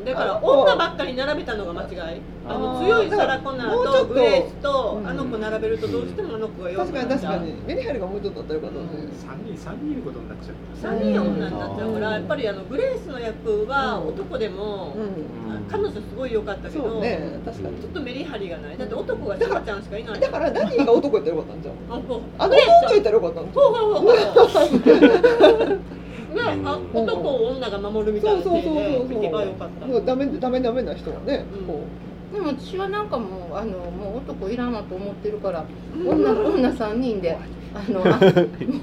Speaker 3: だから女ばっかり並べたのが間違い。あの強いサラコナ
Speaker 2: もうちょ
Speaker 3: ー
Speaker 2: っ
Speaker 3: と
Speaker 2: と
Speaker 3: グレースとあの子並べるとどうしてもあの子が弱
Speaker 2: 確か
Speaker 3: くな
Speaker 2: に
Speaker 3: っ
Speaker 2: 確
Speaker 3: ち
Speaker 2: か
Speaker 3: ゃう
Speaker 2: に。メリハリがもうちょっとあったらよかったのに、
Speaker 9: 三人三人いることになっちゃう
Speaker 3: 三人女になっちゃうから、やっぱりあのグレースの役は男でも
Speaker 2: う、ん
Speaker 3: 彼女すごい良かったけ
Speaker 2: そう
Speaker 3: ど、
Speaker 2: ね確かに
Speaker 3: ちょっとメリハリがない。だって男がシャラちゃんしかいない。
Speaker 2: だからダニーが男やったらよかったんじゃん
Speaker 3: あこう
Speaker 2: あの
Speaker 3: グレース
Speaker 2: 弟やったらよかったんじゃん
Speaker 3: ほうほうほうほう。ね、あ、男を女が守るみたい
Speaker 2: そう
Speaker 3: な
Speaker 2: そう
Speaker 3: 感
Speaker 2: そ
Speaker 3: じ
Speaker 2: う
Speaker 3: で見てばよかった。
Speaker 2: そうダメダメダメな人はね、
Speaker 3: うん
Speaker 2: こ
Speaker 5: でも私はなんかもうあのもう男いらんなと思ってるから女女三人で。あのあ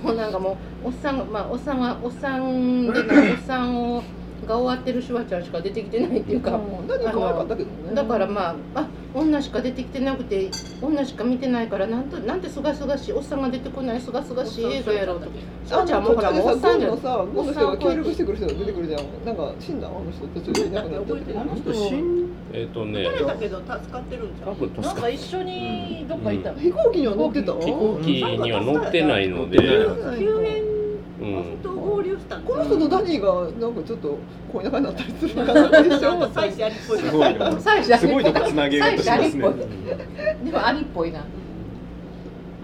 Speaker 5: もうなんかもうおっさんがまあおっさんはおっさんでおっさんをが終わってるシュワちゃんしか出てきてないっていうか、
Speaker 2: 何可愛かったけどね
Speaker 5: だからまああ女しか出てきてなくて女しか見てないからなんとなんてすがすがしいおっさんが出てこないすがすがしい映画やろうとシュワちゃんもうほらもうおっさんじゃ
Speaker 2: の
Speaker 5: ん
Speaker 2: さ軍の人が協力してくる人が出てくるじゃんなんか死んだあの人途中でいなくなっちゃって
Speaker 4: あの人死ん
Speaker 1: えっ、とね
Speaker 3: 取れたけど助かってるんじゃ
Speaker 1: 多
Speaker 3: ん
Speaker 1: 分助
Speaker 7: なん
Speaker 1: か
Speaker 7: か一緒にどっか行ったの、
Speaker 2: 飛行機には乗ってた
Speaker 1: 飛行機には乗ってないので、
Speaker 4: 乗って
Speaker 3: 救援
Speaker 1: うん、
Speaker 3: と合流したん
Speaker 2: この人とダニーがなんかちょっとこういう仲になったりするのかなって一瞬
Speaker 3: なん
Speaker 2: 思
Speaker 3: か
Speaker 2: った
Speaker 3: 妻子ありっぽい
Speaker 4: すごいな
Speaker 5: 妻子ありっぽい
Speaker 4: すごいとこつなげようとしますね
Speaker 5: 妻子ありっでもありっぽいな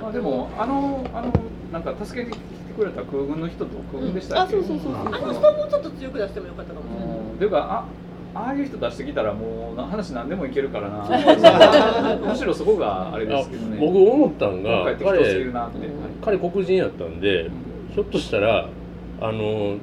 Speaker 8: まあでもあのあのなんか助けてきてくれた空軍の人と空軍でしたっけ、
Speaker 2: うんあそうそうそう
Speaker 8: あ
Speaker 3: あの人
Speaker 8: の
Speaker 3: もうちょっと強く出してもよかったかもしれない
Speaker 8: うんというかあああいう人出してきたらもうな話何でもいけるからな むしろそこがあれですけどね
Speaker 1: 僕思ったん
Speaker 8: 今
Speaker 1: が
Speaker 8: 回適当すぎ
Speaker 1: 彼
Speaker 8: るなって、はい
Speaker 1: 彼黒人やったんでひょっとしたらあの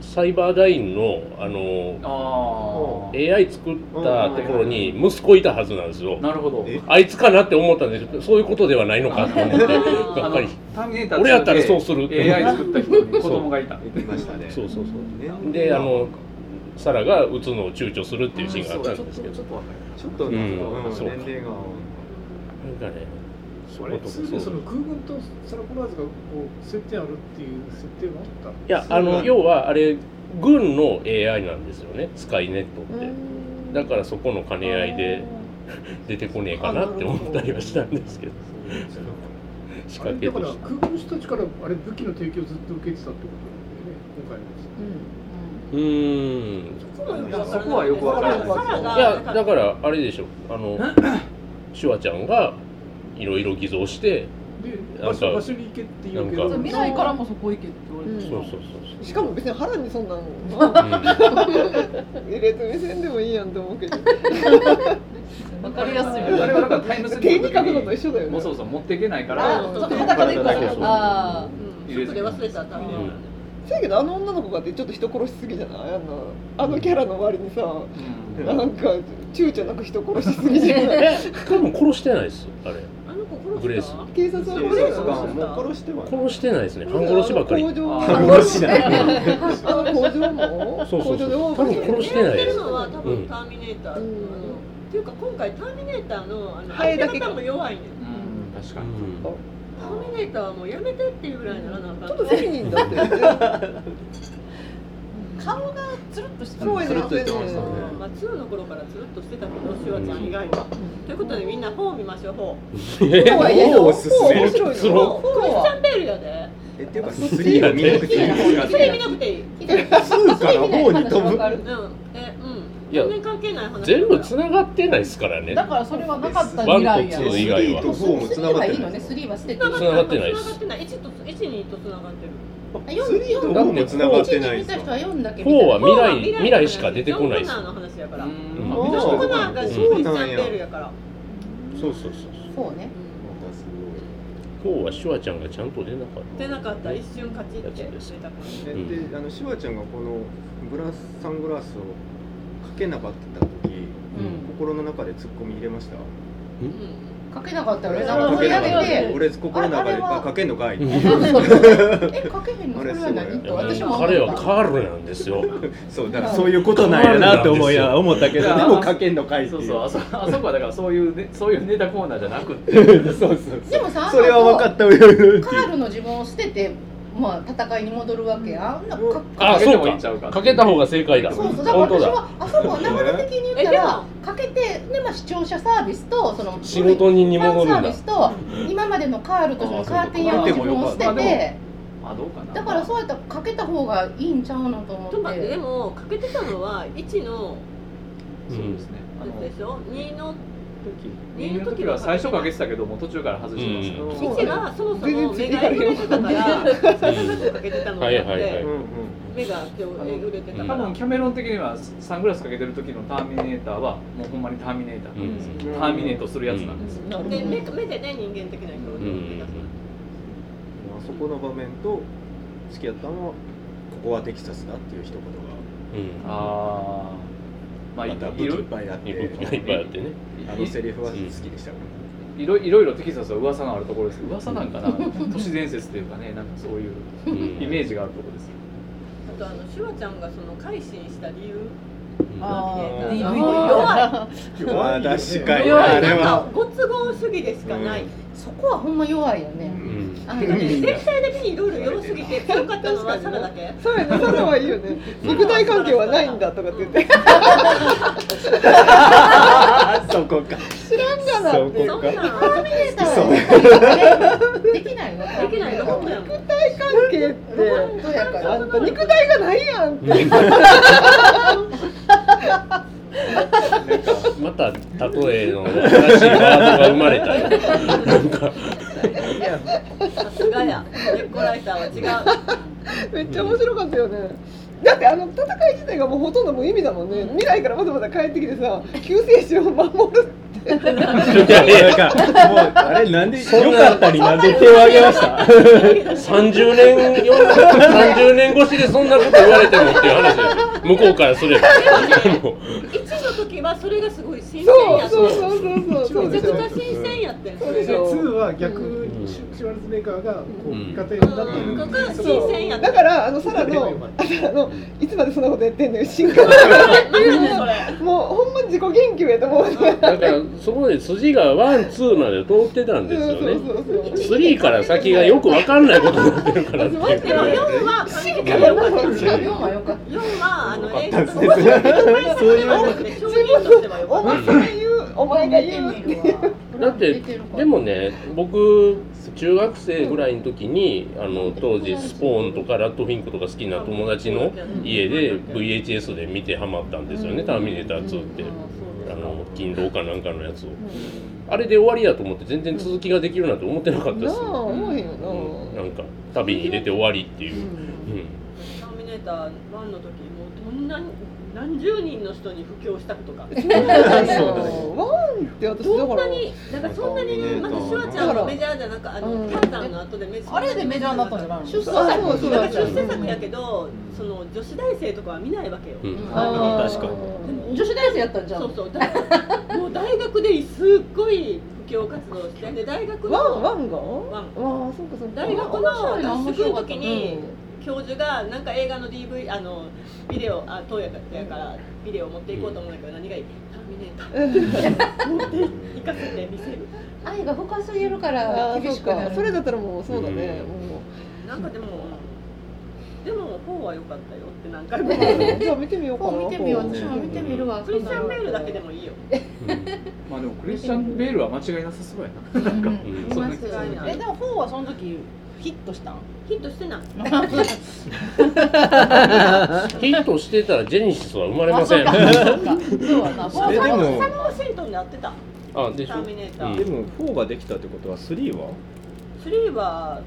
Speaker 1: サイバーダインのあの
Speaker 8: あ
Speaker 1: AI 作ったところに息子いたはずなんですよ
Speaker 8: あなるほど
Speaker 4: え
Speaker 1: あいつかなって思ったんですけどそういうことではないのかと思って
Speaker 3: あ
Speaker 1: やっぱり
Speaker 8: ターミネーター
Speaker 1: 俺やったらそうするって
Speaker 8: AI 作った人に子供がいた
Speaker 4: 行きましたね
Speaker 1: そうそうそう
Speaker 4: ね
Speaker 1: であのサラが打つのを躊躇するっていうシーンがあったんですけ
Speaker 8: ちょ
Speaker 1: ど
Speaker 8: っとわかる
Speaker 4: ちょっと、
Speaker 1: う
Speaker 4: うんん
Speaker 1: そうか
Speaker 4: 年齢
Speaker 1: な
Speaker 4: が
Speaker 1: んかねそ
Speaker 9: あ
Speaker 1: ういう
Speaker 9: れ
Speaker 1: こと
Speaker 9: 普通にそ
Speaker 1: そう
Speaker 9: の空軍とサラコラーズがこう接点あるっていう設定もあ
Speaker 1: い
Speaker 9: った
Speaker 1: やあの要はあれ軍の AI なんですよねスカイネットってだからそこの兼ね合いで出てこねえかなって思ったりはしたんですけど仕
Speaker 9: あれ
Speaker 1: 掛け
Speaker 9: だか
Speaker 1: と
Speaker 9: ら
Speaker 1: して
Speaker 9: 空軍の人たちからあれ武器の提供をずっと受けてたってことなんだよね
Speaker 1: うーん
Speaker 8: そこはよくわからない
Speaker 3: サラが
Speaker 1: いやだからあれでしょあの シュワちゃんがいろいろ偽造して
Speaker 9: 今回のやつ
Speaker 1: なんか
Speaker 9: で場所場所に行けって言う
Speaker 1: な
Speaker 9: け
Speaker 1: ん
Speaker 9: ど
Speaker 1: か
Speaker 7: そう未来からもそこ行けって言われて
Speaker 1: そう
Speaker 7: た、
Speaker 1: そうそう
Speaker 2: しかも別に腹にそんなん
Speaker 1: そう、
Speaker 2: 入れ墨せんでもいいやんと思うけど
Speaker 7: わかりやすい
Speaker 8: あ
Speaker 7: よ
Speaker 8: れ
Speaker 7: ね
Speaker 8: はなんかタイムスリ
Speaker 2: 手
Speaker 8: ップ
Speaker 2: に書くのと一緒だよ
Speaker 8: も
Speaker 2: ね
Speaker 8: うそうそう持っていけないか
Speaker 7: あ
Speaker 8: ら
Speaker 7: ーちょっと裸で行く
Speaker 1: そう
Speaker 7: ああ
Speaker 3: うんショックで忘れたターミネ ーターね
Speaker 2: せやけどあの女の子がってちょっと人殺しすぎじゃないあんなあのキャラの割にさ
Speaker 8: うん
Speaker 2: なんか躊躇なく人殺しすぎじゃない
Speaker 1: え多分殺してないですあれ
Speaker 3: あの子殺した
Speaker 1: グレース
Speaker 2: 警察は
Speaker 4: そう
Speaker 2: こ
Speaker 4: そう
Speaker 2: れ
Speaker 4: そうもう殺しては
Speaker 1: 殺してないですね半殺しばかり
Speaker 2: 工場
Speaker 8: あ
Speaker 4: 半
Speaker 8: ー
Speaker 4: 殺しじゃない
Speaker 2: あの工場も
Speaker 1: そうそうそう
Speaker 2: 工場で大
Speaker 1: 多分殺してない
Speaker 3: 狙って
Speaker 1: で
Speaker 3: る
Speaker 1: す
Speaker 3: のは多
Speaker 1: うん
Speaker 3: 分ターミネーターとあの
Speaker 2: うん
Speaker 3: っていうか今回ターミネーターのあの
Speaker 2: ハエだ
Speaker 3: 相
Speaker 2: け
Speaker 3: 手
Speaker 2: か
Speaker 3: 方も弱いね
Speaker 8: うん確かに
Speaker 3: ターミネーターはもうやめてっていうぐらいならなあかん
Speaker 2: ちょっと責任だってね
Speaker 7: 顔がつるっとしてた
Speaker 2: そうやね
Speaker 4: つるっとしてましたね
Speaker 3: まあ2の頃からずっとしてたけどシュワちゃん以外はということでみんな本を見ましょう本
Speaker 2: とはいえ
Speaker 4: もうおすすめ
Speaker 2: 面白い
Speaker 1: そう
Speaker 2: よ
Speaker 3: クリスチャンベールやで
Speaker 4: えっていうか3を見なくていい
Speaker 3: それ見なくていい
Speaker 4: 通貨の方に飛ぶ
Speaker 3: うんえうん
Speaker 1: いや
Speaker 3: 全然関係ない話
Speaker 1: 全部
Speaker 3: だか
Speaker 1: つながってないですからね
Speaker 7: だからそれはなかった未来や
Speaker 1: ワンコツ以外は
Speaker 4: 3と4もつながって
Speaker 5: いいの
Speaker 4: な
Speaker 5: ね
Speaker 4: い
Speaker 5: 3は捨てて
Speaker 3: ら
Speaker 1: つながってないで
Speaker 3: つ
Speaker 1: す
Speaker 3: ながってない1と12とつながってる
Speaker 4: 3と4もつながってない
Speaker 5: 見た人は4だけ
Speaker 1: 4は
Speaker 3: 本
Speaker 1: 未来未来しか出てこない
Speaker 3: で
Speaker 1: ですす
Speaker 3: ジョン・コナーの話やから
Speaker 8: う
Speaker 3: ジ
Speaker 8: ん
Speaker 1: うん
Speaker 3: ョン・コナーがクリスチ
Speaker 4: そうな
Speaker 3: ャ
Speaker 4: ん
Speaker 3: ン
Speaker 4: や
Speaker 3: ベールやから
Speaker 1: そうそうそう
Speaker 5: そうね
Speaker 1: そう今日はシュワちゃんがちゃんと出なかった
Speaker 3: 出なかった一瞬勝ちって
Speaker 1: やつです
Speaker 3: 出たから
Speaker 4: えであのシュワちゃんがこのグラスサングラスをかけなかった時
Speaker 1: うん
Speaker 4: 心の中でツッコミ入れました
Speaker 3: うん
Speaker 5: かけなかったら
Speaker 4: 俺
Speaker 5: なんか盛り上げて
Speaker 4: 俺心の中でかけんのかいって
Speaker 5: えかけへんのそれは何
Speaker 1: い
Speaker 5: と
Speaker 1: や
Speaker 5: 私
Speaker 1: ね
Speaker 5: も思った
Speaker 1: 彼はカールなんですよ
Speaker 4: そうだからそういうことなんやなと思いや思ったけどでもかけんのかいって
Speaker 8: そ
Speaker 4: いうう
Speaker 8: そうあそあそこはだからそういうねそういうネタコーナーじゃなくて
Speaker 4: そうそう
Speaker 5: でもさ
Speaker 4: それは分かった上で
Speaker 5: カールの自分を捨ててまあ戦いに戻るわけやあんなか
Speaker 1: あ
Speaker 8: かけて
Speaker 1: そう
Speaker 8: もいいんちゃう
Speaker 1: か
Speaker 8: か
Speaker 1: かけた方が正解だ
Speaker 5: そうそうだから
Speaker 1: 本当
Speaker 5: 私
Speaker 1: だ
Speaker 5: はあそこは流れ的に言ったら
Speaker 3: え
Speaker 5: かけてでまあ視聴者サービスとその
Speaker 1: 仕事人に戻
Speaker 5: ファ
Speaker 1: る
Speaker 5: ン
Speaker 1: んだ
Speaker 5: サービスと今までのカールとそのカーテン屋の自分を捨てて
Speaker 8: あどうかな
Speaker 5: だからそうやったらかけた方がいいんちゃうのと思
Speaker 3: とか
Speaker 5: っ
Speaker 3: で
Speaker 5: て
Speaker 3: もかけてたのは1の
Speaker 1: う
Speaker 8: そうで
Speaker 1: ん
Speaker 8: すねあの
Speaker 3: でしょ2の
Speaker 8: 人間の時は最初かけてたけどもう途中から外してますけ
Speaker 1: うん
Speaker 8: ど
Speaker 2: そう
Speaker 3: 1がそもそも目がえぐれてたから高くかけてたの
Speaker 1: はい
Speaker 3: で
Speaker 1: はいはい
Speaker 3: 目が今日えぐれてたか
Speaker 8: 多
Speaker 3: ら
Speaker 8: 分キャメロン的にはサングラスかけてる時のターミネーターはもうほんまにターミネーターなんですよ、
Speaker 4: うん
Speaker 8: ターミネートするやつなんですよ、
Speaker 7: なるほど
Speaker 3: で目目でね人間的
Speaker 1: う
Speaker 3: な表情を出
Speaker 1: ん
Speaker 3: す
Speaker 4: あそこの場面と付き合ったのはここはテキサスだっていう一言
Speaker 1: う
Speaker 4: が
Speaker 1: ん
Speaker 8: ああまあい
Speaker 4: また
Speaker 8: い
Speaker 4: 武器
Speaker 8: ろ
Speaker 4: いっぱいあっ
Speaker 1: いいことが
Speaker 4: て
Speaker 1: いっぱいあってね
Speaker 4: あのセリフは好きでした
Speaker 8: いろいろいろテキサスは噂のあるところですけど噂なんかな都市伝説というかねなんかそういう
Speaker 1: う
Speaker 8: イ
Speaker 1: ん
Speaker 8: メージがあるところですよ
Speaker 3: だとあのシュワちゃんがその改心した理由
Speaker 7: あ
Speaker 3: ー
Speaker 7: ー
Speaker 3: 弱
Speaker 4: ああ確かに
Speaker 7: 弱い
Speaker 4: あれ
Speaker 3: なんか
Speaker 4: は
Speaker 3: ご都合主義でしかない、
Speaker 4: うん
Speaker 5: そこはほんま弱いよね、
Speaker 4: うん
Speaker 5: あ
Speaker 3: なんかね全体的にいろいろ弱すぎて強かったのはサラだけ
Speaker 2: そうやね、サラはいいよね。肉体関係はないんだとかって言って。
Speaker 4: あそこか
Speaker 2: 知らんがなっ
Speaker 4: そ
Speaker 2: て。
Speaker 4: う
Speaker 3: そんなん
Speaker 5: ターミネーターはねできないの
Speaker 3: できないの本当やもん
Speaker 2: 肉体関係って。
Speaker 5: そうやから
Speaker 2: あんた肉体がないやんって。
Speaker 1: また例えの新しいワードが生まれたよなんか
Speaker 3: さすがやエコライターは違う
Speaker 2: めっちゃ面白かったよね。だってあの戦い自体がもうほとんどもう意味だもんね。未来からわざわざ帰ってきてさ、救世主を守る。
Speaker 4: いやいやなんかもうあれなんでよかったになんで手を挙げました
Speaker 1: 30年よ30年越しでそんなこと言われてもっていう話だよ向こうからすれば も
Speaker 3: 一の時はそれがすごい新鮮
Speaker 2: そ
Speaker 3: や
Speaker 2: う
Speaker 3: って
Speaker 2: そうそうそうそう。
Speaker 3: めちゃくちゃ新鮮やってん
Speaker 2: そう
Speaker 3: そ
Speaker 2: で
Speaker 3: れ
Speaker 2: し
Speaker 9: で
Speaker 2: ょ
Speaker 3: が
Speaker 9: 2は逆にシュシュワルツェネッガーがこう味方になってる
Speaker 3: うんが
Speaker 9: そ
Speaker 3: 新
Speaker 9: う
Speaker 3: 鮮やった
Speaker 2: だからあのサラのあサラのいつまでそんなことやってんのよ新幹線
Speaker 3: まさにそれ
Speaker 2: もうほんま自己言及やと思うね。
Speaker 1: うだからそこで筋がワンツーまで通ってたんですよ
Speaker 2: そう
Speaker 1: ね
Speaker 2: そうそうそう。
Speaker 1: スリーから先がよくわかんないことになってるからっていう
Speaker 3: でも4は完璧に良かったよね
Speaker 5: 4はよかっ
Speaker 3: 4はあの演
Speaker 4: た
Speaker 3: 出
Speaker 4: です
Speaker 3: の
Speaker 4: ね
Speaker 3: そういう証人としては良か
Speaker 2: お
Speaker 3: った
Speaker 2: 前が言う、お前が言うって。
Speaker 5: た
Speaker 1: だってでもね僕中学生ぐらいの時にあの当時スポーンとかラットフィンクとか好きな友達の家で VHS で見てハマったんですよね「ターミネーター2」ってあの勤労かなんかのやつをあれで終わりやと思って全然続きができるなんて思ってなかったで
Speaker 2: なあ、
Speaker 1: すよ、
Speaker 2: 思うよ
Speaker 1: うん、な。
Speaker 2: な
Speaker 1: んか旅に入れて終わりっていう、うん
Speaker 3: ターミネーター1の時もうどんなに何十人の人に布教したことか
Speaker 2: そうワンって私だ
Speaker 3: ど
Speaker 2: か
Speaker 3: ん
Speaker 2: ら
Speaker 3: な。になんかそんなにねまずシュワちゃんのメジャーじゃなくあ
Speaker 2: う
Speaker 3: の
Speaker 2: ん
Speaker 3: ターザンの後でメジャー
Speaker 7: あれでメジャーになったんじゃないの
Speaker 5: 出
Speaker 2: そ
Speaker 5: 産
Speaker 2: うそうそう。
Speaker 3: なんか出世作やけどその女子大生とかは見ないわけよ、
Speaker 1: うん
Speaker 2: あー
Speaker 4: 確か
Speaker 5: 女子大生やったんじゃん
Speaker 3: そうそうだからもう大学ですっごい布教活動してで大学
Speaker 2: ワン、
Speaker 3: の
Speaker 2: ワンが。
Speaker 3: ワン
Speaker 2: わあ、そうか、そうか。
Speaker 3: 大学
Speaker 2: う
Speaker 3: の
Speaker 2: ん
Speaker 3: 合宿の時に教授がなんか映画の DV あのビデオあ当やからやからビデオ持っていこうと思うんだけど何がいいターミネーター持って行かせて見せる
Speaker 5: 愛が深すぎるか
Speaker 2: あ
Speaker 5: ら
Speaker 2: ー、
Speaker 5: 厳
Speaker 2: そ
Speaker 5: し
Speaker 2: う
Speaker 5: くな
Speaker 2: か。
Speaker 5: る
Speaker 2: それだったらもうそうだね。
Speaker 3: なんかでもでも方は良かったよって何 回も言
Speaker 2: も
Speaker 3: う
Speaker 2: う。じゃあ見てみようか
Speaker 5: こ
Speaker 2: な。
Speaker 5: う見てみよう
Speaker 2: こ
Speaker 5: 私も見てみるわ
Speaker 3: クリスチャン・ベールだけでもいいよ
Speaker 8: まあでもクリスチャン・ベールは間違いなさそうやな
Speaker 5: 見
Speaker 8: そう
Speaker 5: ま
Speaker 8: ね
Speaker 5: す
Speaker 3: 間違いない
Speaker 7: えでもフォーはその時ヒットしたん
Speaker 3: ヒットしてない
Speaker 1: ヒットしてたらジェニシスは生まれません
Speaker 7: あ そうかそうかそうやなフォ
Speaker 4: え
Speaker 7: ー
Speaker 4: で
Speaker 3: サ
Speaker 4: も
Speaker 3: ムサム・ワシントンでやってた
Speaker 1: あでし
Speaker 3: タ
Speaker 1: ょ
Speaker 3: ーミネーター、
Speaker 1: うん
Speaker 4: でも4ができたってことは3は
Speaker 3: 3は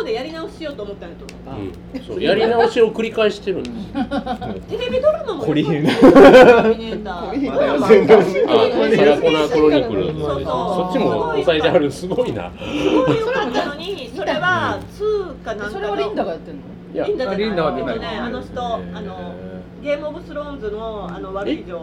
Speaker 3: 4でやり直ししようと思ったんやと思
Speaker 1: うんそうやり直しを繰り返してるんです
Speaker 3: うテレビドラマも
Speaker 4: コリ
Speaker 3: タ
Speaker 4: ヘ ン
Speaker 3: ーミネーター
Speaker 4: ま
Speaker 2: ま
Speaker 4: だや
Speaker 2: あ
Speaker 4: 全然
Speaker 1: あ、サラコナクロニクル。
Speaker 3: そうそう
Speaker 1: そっちも抑えてある、すごいな。
Speaker 3: すごい良かったのにそれは2かなんかの
Speaker 7: それはリンダがやってんの
Speaker 1: いや
Speaker 3: リンダじゃない
Speaker 8: リンダは出ない
Speaker 3: えっとねあの人あのゲームオブスローンズのあの悪い女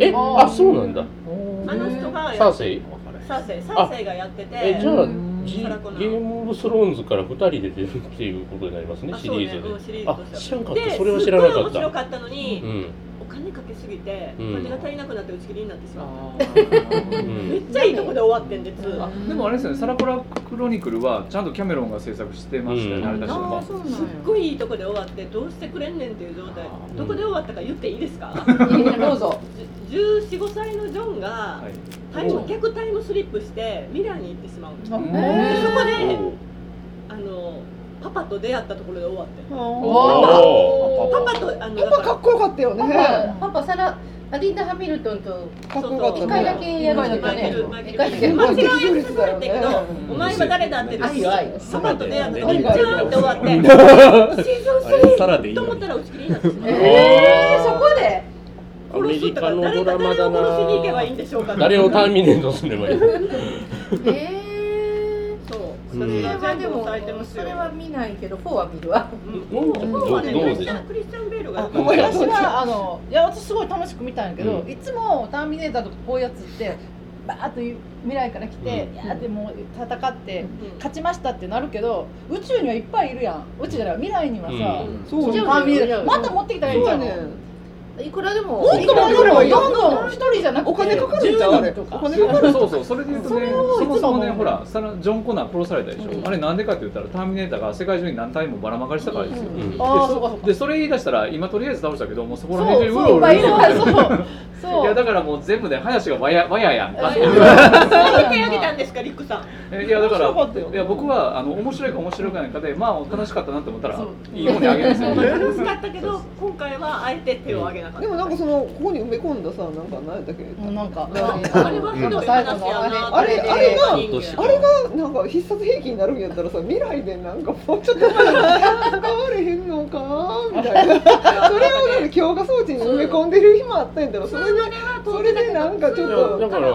Speaker 1: え、あ、そうなんだ。
Speaker 3: 王あの人が
Speaker 1: サーセイ。
Speaker 3: サーセイサーセイがやってて
Speaker 1: え、じゃあ、じ
Speaker 3: サラコナ
Speaker 1: ゲームオブスローンズから二人で出てるっていうことになりますね
Speaker 3: あ、
Speaker 1: シ
Speaker 3: そう
Speaker 1: リ
Speaker 3: ね
Speaker 1: ー
Speaker 3: うん
Speaker 1: ズ
Speaker 3: シリ
Speaker 1: で。
Speaker 3: ー
Speaker 1: あ
Speaker 3: ズ、とし
Speaker 1: 知
Speaker 3: て
Speaker 1: らんかっ
Speaker 3: で
Speaker 1: た。
Speaker 3: す
Speaker 1: そ
Speaker 3: っ
Speaker 1: れ
Speaker 3: ご
Speaker 1: はい知らなか
Speaker 3: 面
Speaker 1: った。
Speaker 3: 白かったのに、
Speaker 1: うん、
Speaker 3: お金かけすぎてお
Speaker 1: うん
Speaker 3: 金が足りなくなって打ち切りになってしまっ
Speaker 8: あ
Speaker 1: う
Speaker 8: ー
Speaker 3: た、めっ
Speaker 1: ん、
Speaker 3: ちゃいいとこで終わってんで2
Speaker 8: あでもあれですよねサラコラクロニクルはちゃんとキャメロンが制作してましたよねあれ確
Speaker 5: ああ
Speaker 8: か
Speaker 5: そうなん
Speaker 3: すっごいいいとこで終わってどうしてくれんねんっていう状態
Speaker 1: ー
Speaker 3: どこで終わったか言っていいですか
Speaker 5: やどうぞ
Speaker 3: 1415歳のジョンが
Speaker 8: はい
Speaker 3: タイム逆タイムスリップして未来に行ってしまうんです
Speaker 7: あ
Speaker 8: え
Speaker 3: そこ
Speaker 1: お
Speaker 3: で
Speaker 1: ー
Speaker 3: あのパパと出会ったところで終わって
Speaker 1: お
Speaker 3: パパとあの
Speaker 2: パパかっこよかったよ
Speaker 5: パ
Speaker 2: ね。
Speaker 5: パパパサラあリンダ・ハミルトンと
Speaker 2: かっこよかったね。
Speaker 5: 一回だけやるんだ
Speaker 3: マイケ
Speaker 5: よ
Speaker 3: ル
Speaker 5: ね
Speaker 3: マイケ
Speaker 5: 一
Speaker 3: ル
Speaker 5: 回だけ
Speaker 3: 間違うやつされてけどお前は誰だって
Speaker 5: 愛よ愛よ
Speaker 3: パパと出 会った時
Speaker 1: 愛
Speaker 3: にジ
Speaker 1: よ
Speaker 3: ャ
Speaker 1: 愛
Speaker 3: ーンって終わってシーズン
Speaker 4: あれサラで
Speaker 3: 3
Speaker 4: いい
Speaker 3: と
Speaker 4: の
Speaker 3: 思ったら打ち切りになってしまう
Speaker 5: えーそこで
Speaker 1: アメ
Speaker 3: 殺
Speaker 1: リ
Speaker 3: す
Speaker 1: カ
Speaker 3: とか
Speaker 1: の
Speaker 3: 誰
Speaker 1: ド
Speaker 3: か
Speaker 1: ラマ
Speaker 3: 誰
Speaker 1: だ
Speaker 3: を殺しに行けば
Speaker 1: ない
Speaker 3: い。んでしょうか
Speaker 1: 誰をターミネートすればいい。
Speaker 5: え
Speaker 3: そう
Speaker 1: うん
Speaker 3: そ
Speaker 5: ー
Speaker 3: れ
Speaker 5: それ
Speaker 3: は
Speaker 5: はで
Speaker 3: 全部
Speaker 5: も
Speaker 3: 抑えてます
Speaker 5: そ
Speaker 3: よ
Speaker 5: れは見ないけどフォーは見るわ
Speaker 1: どう
Speaker 3: 日本はね
Speaker 1: どうで
Speaker 3: クリス
Speaker 1: し
Speaker 3: チ
Speaker 1: ょう
Speaker 3: ャンクリスチャン・ベールが
Speaker 7: あ
Speaker 3: やってる
Speaker 2: ごめん
Speaker 7: 私はあのいや私すごい楽しく見たんやけど、
Speaker 1: うん
Speaker 7: いつも「ターミネーター」とかこういうやつってバーッと未来から来て、
Speaker 1: うん
Speaker 7: いやーでも戦って
Speaker 3: うん
Speaker 7: 勝ちましたってなるけど宇宙にはいっぱいいるやん宇宙じゃない未来にはさ、
Speaker 1: うん
Speaker 7: そ
Speaker 5: そうう
Speaker 7: じ
Speaker 5: じ
Speaker 7: ゃ
Speaker 5: ゃ
Speaker 7: ん
Speaker 5: ん
Speaker 7: また持ってきたらいいんじゃん、
Speaker 5: いくらでも
Speaker 7: もっと
Speaker 5: い
Speaker 7: 戻る
Speaker 5: くら
Speaker 7: よ
Speaker 5: でも
Speaker 7: どんどん一人じゃなくて
Speaker 2: お金かかるんちゃうあれ
Speaker 7: 10人と
Speaker 2: お
Speaker 7: か
Speaker 2: 金かかる
Speaker 8: そうそうそれで言うとね
Speaker 7: それをいつも
Speaker 8: そもそもね
Speaker 7: 思う
Speaker 8: ほらさらジョン・コナー殺されたでしょ、
Speaker 7: うん
Speaker 8: あれなんでかって言ったらターミネーターが世界中に何体もばらまかりしたからですよ、
Speaker 7: うん
Speaker 8: で
Speaker 7: あーそうかそう
Speaker 8: そ
Speaker 7: か
Speaker 8: でそれ言い出したら今とりあえず倒したけどもうそこ
Speaker 7: そ
Speaker 8: ら
Speaker 7: う
Speaker 8: 辺でう
Speaker 7: そう
Speaker 8: ろ
Speaker 7: いうっぱ
Speaker 8: ろ
Speaker 7: いいるわそう
Speaker 8: い
Speaker 7: そ
Speaker 8: や
Speaker 7: う
Speaker 8: だからもう全部で話がわやわややんかっていう
Speaker 3: 何回あげたんですかリックさん
Speaker 8: えいやだから
Speaker 7: 面白かったよ
Speaker 8: いや僕はあの面白いか面白くないかでまあ楽しかったなって思ったら
Speaker 7: そう
Speaker 8: いい方にあげるんですよ
Speaker 3: 楽しかったけど今回はあえて手を挙げなかった
Speaker 2: でもなんかそのここに埋め込んださなんか何だっけ
Speaker 7: もうなんか
Speaker 3: あれはひどい話やな
Speaker 2: あれあれが
Speaker 3: 人間
Speaker 2: あれがなんか必殺兵器になるんやったらさ未来でなんかもうちょっと使われへんのかみたいなそれをなんか強化装置に埋め込んでる暇あったんやったらそれでそれでなんかちょっ
Speaker 1: いや
Speaker 2: と
Speaker 1: だから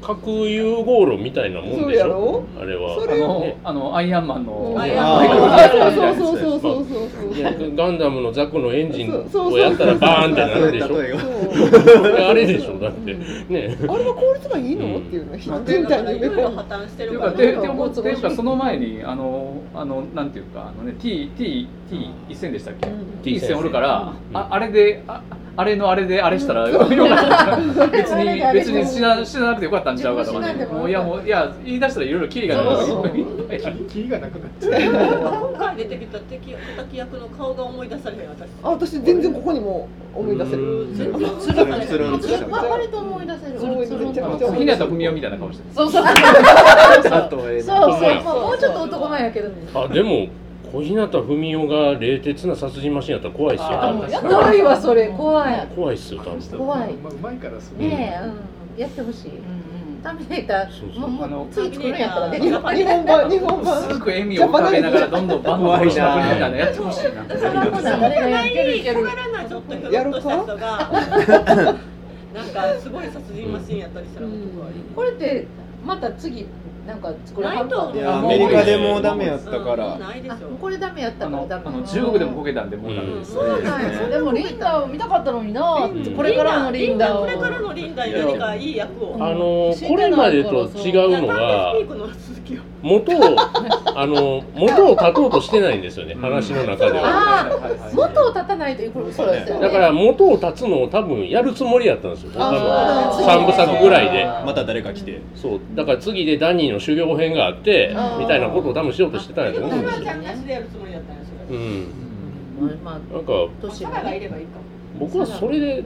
Speaker 1: 核融合炉みたいなもん
Speaker 2: そう
Speaker 1: でし
Speaker 2: や
Speaker 1: ょ
Speaker 2: ろ
Speaker 1: あれは
Speaker 2: そ
Speaker 8: あ
Speaker 2: れ
Speaker 8: のあのアイアンマンの
Speaker 3: アイアンマン
Speaker 2: あそうそうそうそうそうそう
Speaker 1: ねガンダムのザクのエンジン
Speaker 2: そうそうそう
Speaker 1: をやったらバーンってなるでしょ
Speaker 4: そういう例えが
Speaker 1: あれでしょだってね
Speaker 2: あれは効率がいいのっていうの人みたいに埋め
Speaker 3: いろいろ
Speaker 2: 込
Speaker 3: 破
Speaker 2: んで
Speaker 3: 綻して
Speaker 8: ってい
Speaker 3: る
Speaker 8: う
Speaker 3: か
Speaker 8: からて
Speaker 3: ね
Speaker 8: って思っていうかその前にあのあのなんていうかあのね T T T 一戦でしたっけ、T 一戦おるから、
Speaker 1: うん
Speaker 8: ああれでああれのあれであれしたら、よか った別に別に死な死ななくてよかったんちゃうかとか
Speaker 5: 死な
Speaker 8: ね
Speaker 5: んでも
Speaker 8: もういやもういや言い出したらいろいろキリがない
Speaker 2: そう
Speaker 9: キリがなくなっちゃう
Speaker 3: 今回出てきた敵敵役の顔が思い出されへん私
Speaker 2: あ私全然ここにも思い出せる
Speaker 3: 全然
Speaker 4: つるんつるん
Speaker 5: い
Speaker 4: つ
Speaker 5: や
Speaker 4: る
Speaker 5: わ割と思い出せる
Speaker 2: すごいめちゃくちゃ
Speaker 8: 日向文雄みたいな顔してる
Speaker 7: そうそう
Speaker 4: あとえー
Speaker 5: そうそう、まあ、もうちょっと男前やけどね
Speaker 1: あでも小日向文雄が冷徹な殺人マシンやったら怖いっすよ
Speaker 8: あ
Speaker 1: 多分
Speaker 8: や
Speaker 5: 怖いわそれ怖い
Speaker 1: 怖いっすよ多分
Speaker 5: 怖いう
Speaker 9: まいからそういう
Speaker 5: ねえ、うん、やってほしいターミネーター
Speaker 1: そうそう
Speaker 5: もう
Speaker 8: あ
Speaker 5: もう
Speaker 8: の
Speaker 5: 次作るんやったら ね
Speaker 2: 日本版日本版
Speaker 8: すごく笑みを浮かべながらどんどんバンバン殺してくれるみたいなやってほしいな
Speaker 5: それはもう
Speaker 7: あれが
Speaker 3: い
Speaker 7: いけるい
Speaker 3: い
Speaker 7: け
Speaker 3: 小
Speaker 7: る
Speaker 3: 柄なちょっとひょろっとした人がなんかすごい殺人マシンやったりしたら男はいい
Speaker 5: これってまた次なんか作らは
Speaker 3: ない
Speaker 5: った
Speaker 3: と思う
Speaker 4: いやアメリカでもうダメやったか
Speaker 3: うん
Speaker 4: ら
Speaker 3: ないでし
Speaker 5: あ
Speaker 3: ょ
Speaker 5: これダメやっ
Speaker 8: あ
Speaker 5: たから
Speaker 8: の
Speaker 5: ダメ
Speaker 8: あの中国でもこけたんでもうダメです、
Speaker 3: そう
Speaker 5: なんや
Speaker 7: でもリンダを見たかったのにな、
Speaker 1: うん
Speaker 7: これからのリンダを
Speaker 3: これからのリンダに何かいい役を
Speaker 1: あのこれまでと違うのは
Speaker 3: スピークの続きを
Speaker 1: 元をあの元を立とうとしてないんですよね話の中では
Speaker 5: あ
Speaker 8: はいはいはい
Speaker 5: あ元を立たないということそうですよね
Speaker 1: だから元を立つのを多分やるつもりやったんですよ多
Speaker 2: あ
Speaker 1: 分3
Speaker 2: ー
Speaker 1: 部作ぐらいで
Speaker 4: また誰か来て
Speaker 1: そうだから次でダニーの修行編があって
Speaker 5: あー
Speaker 1: みたいなことを多分しようとしてたんやと思うんで
Speaker 3: タ
Speaker 1: す
Speaker 3: ラ
Speaker 1: よ
Speaker 3: ちゃんなしでやるつもりだったんです
Speaker 1: う
Speaker 3: よ
Speaker 1: ん
Speaker 5: まあ
Speaker 1: なんか
Speaker 5: 年
Speaker 3: タラがいればいいかも
Speaker 1: 僕はそれで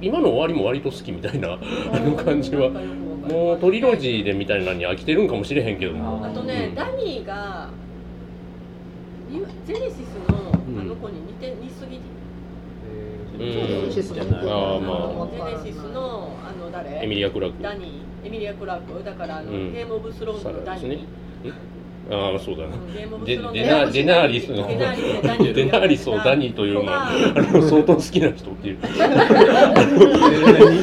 Speaker 1: 今の終わりも割と好きみたいなあの感じはもうトリロジーでみたいなのに飽きてるんかもしれへんけども
Speaker 3: あとね、ダニーがゼネシスのあの子に似て似すぎて、
Speaker 1: う
Speaker 5: うん
Speaker 1: ん
Speaker 5: あ
Speaker 1: ーま
Speaker 3: ゼネシスのあの誰
Speaker 1: エミリア・クラーク
Speaker 3: ダニーエミリア・クラークだからあの、
Speaker 1: うん
Speaker 3: ゲーム・オブ・スローンズのダニ
Speaker 1: そうで
Speaker 3: ー、
Speaker 1: すねああそうだな
Speaker 3: うんゲーム・オブ・ス
Speaker 1: デ
Speaker 3: ローンズ
Speaker 1: デナデナーリスの
Speaker 3: デナーリスのダニー
Speaker 1: デナーリスをダニーというのはあの相当好きな人っていう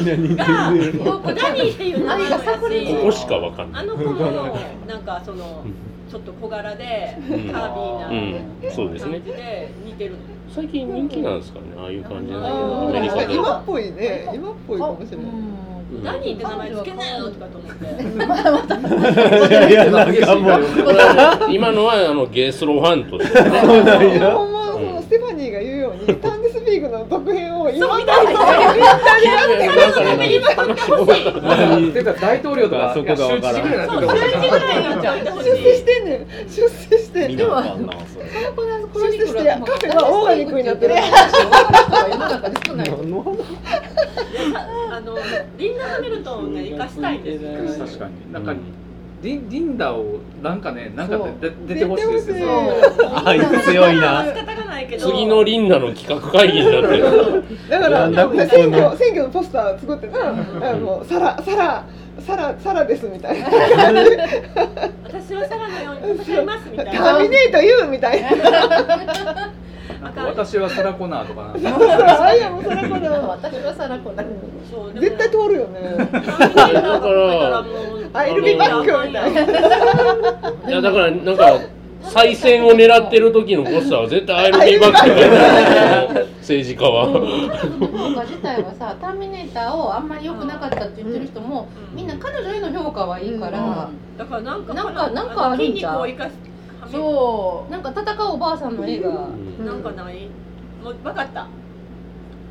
Speaker 3: がダニーっていう名前のや
Speaker 1: ここしかわかんな
Speaker 3: あ
Speaker 1: い、
Speaker 3: の子もなんかそのちょっと小柄でカービーな
Speaker 1: う
Speaker 3: 感
Speaker 1: ん、そうです
Speaker 3: じ
Speaker 1: ね
Speaker 3: で似てるの。
Speaker 1: 最近人気なんですかねああいう感じの
Speaker 2: あ
Speaker 1: アメ
Speaker 2: ー
Speaker 1: リ
Speaker 2: なん
Speaker 1: カ
Speaker 2: か
Speaker 1: で
Speaker 2: 今っぽいね今っぽいかもしれない
Speaker 7: うん
Speaker 3: ダニーって名前つけなよとかと思って。
Speaker 4: いやなんかもう
Speaker 1: 今のはあのゲースロファンとして ね
Speaker 2: ほんまそのステファニーが言うようにタンデスピークの続編を今見たいと
Speaker 1: なんかね
Speaker 8: ていうか大統領とか
Speaker 4: そこが分からん
Speaker 8: いや周知ぐらいになってくる
Speaker 3: 数字ぐらいになっちゃう
Speaker 2: 出世してんねん出世してん
Speaker 4: 見
Speaker 2: ね
Speaker 4: なんあかんなそれ
Speaker 2: 出世してカフェはオーガニックになってる
Speaker 5: 世の中で少ない
Speaker 4: 何の話
Speaker 3: あのリンダ・ハミルトンをね生かしたいんですよ。
Speaker 8: 確かになんかリンリンダをなんかねなんかで出てほしいです
Speaker 2: 出
Speaker 8: よ
Speaker 2: て
Speaker 8: ね
Speaker 2: ほしい
Speaker 4: あいつ強いな
Speaker 3: 仕方がないけど。
Speaker 1: 次のリンダの企画会議になってる
Speaker 2: だから
Speaker 4: なんだここの
Speaker 2: 選挙選挙のポスター作ってたらもうサラサラサラサラですみたいな
Speaker 3: 私はサラのように戦いますみ
Speaker 2: タ
Speaker 3: たい
Speaker 2: ー
Speaker 3: な
Speaker 2: ミ。ネーター言うみたいな
Speaker 8: なんか私はサラコナーとかなんか
Speaker 2: あいやもうそれこだ
Speaker 5: 私はサラコだ
Speaker 3: そう
Speaker 2: 絶対。通るよね
Speaker 3: ターミネーターだったらもう
Speaker 2: アイルビーバックみたいな
Speaker 1: やだからなんか再選を狙ってる時のポスターは絶対アイロニーバッグだよね政治家は。
Speaker 5: 彼女の評価自体はさ「ターミネーター」をあんまり良くなかったって言ってる人も
Speaker 3: うん
Speaker 5: みんな彼女への評価はいいから、
Speaker 3: だからなんか
Speaker 5: なんかなんかあるんちゃう
Speaker 3: 筋肉を生かす
Speaker 7: そ
Speaker 5: なんか戦うおばあさんの映画、
Speaker 1: うん
Speaker 3: なんかないもう分かった
Speaker 7: う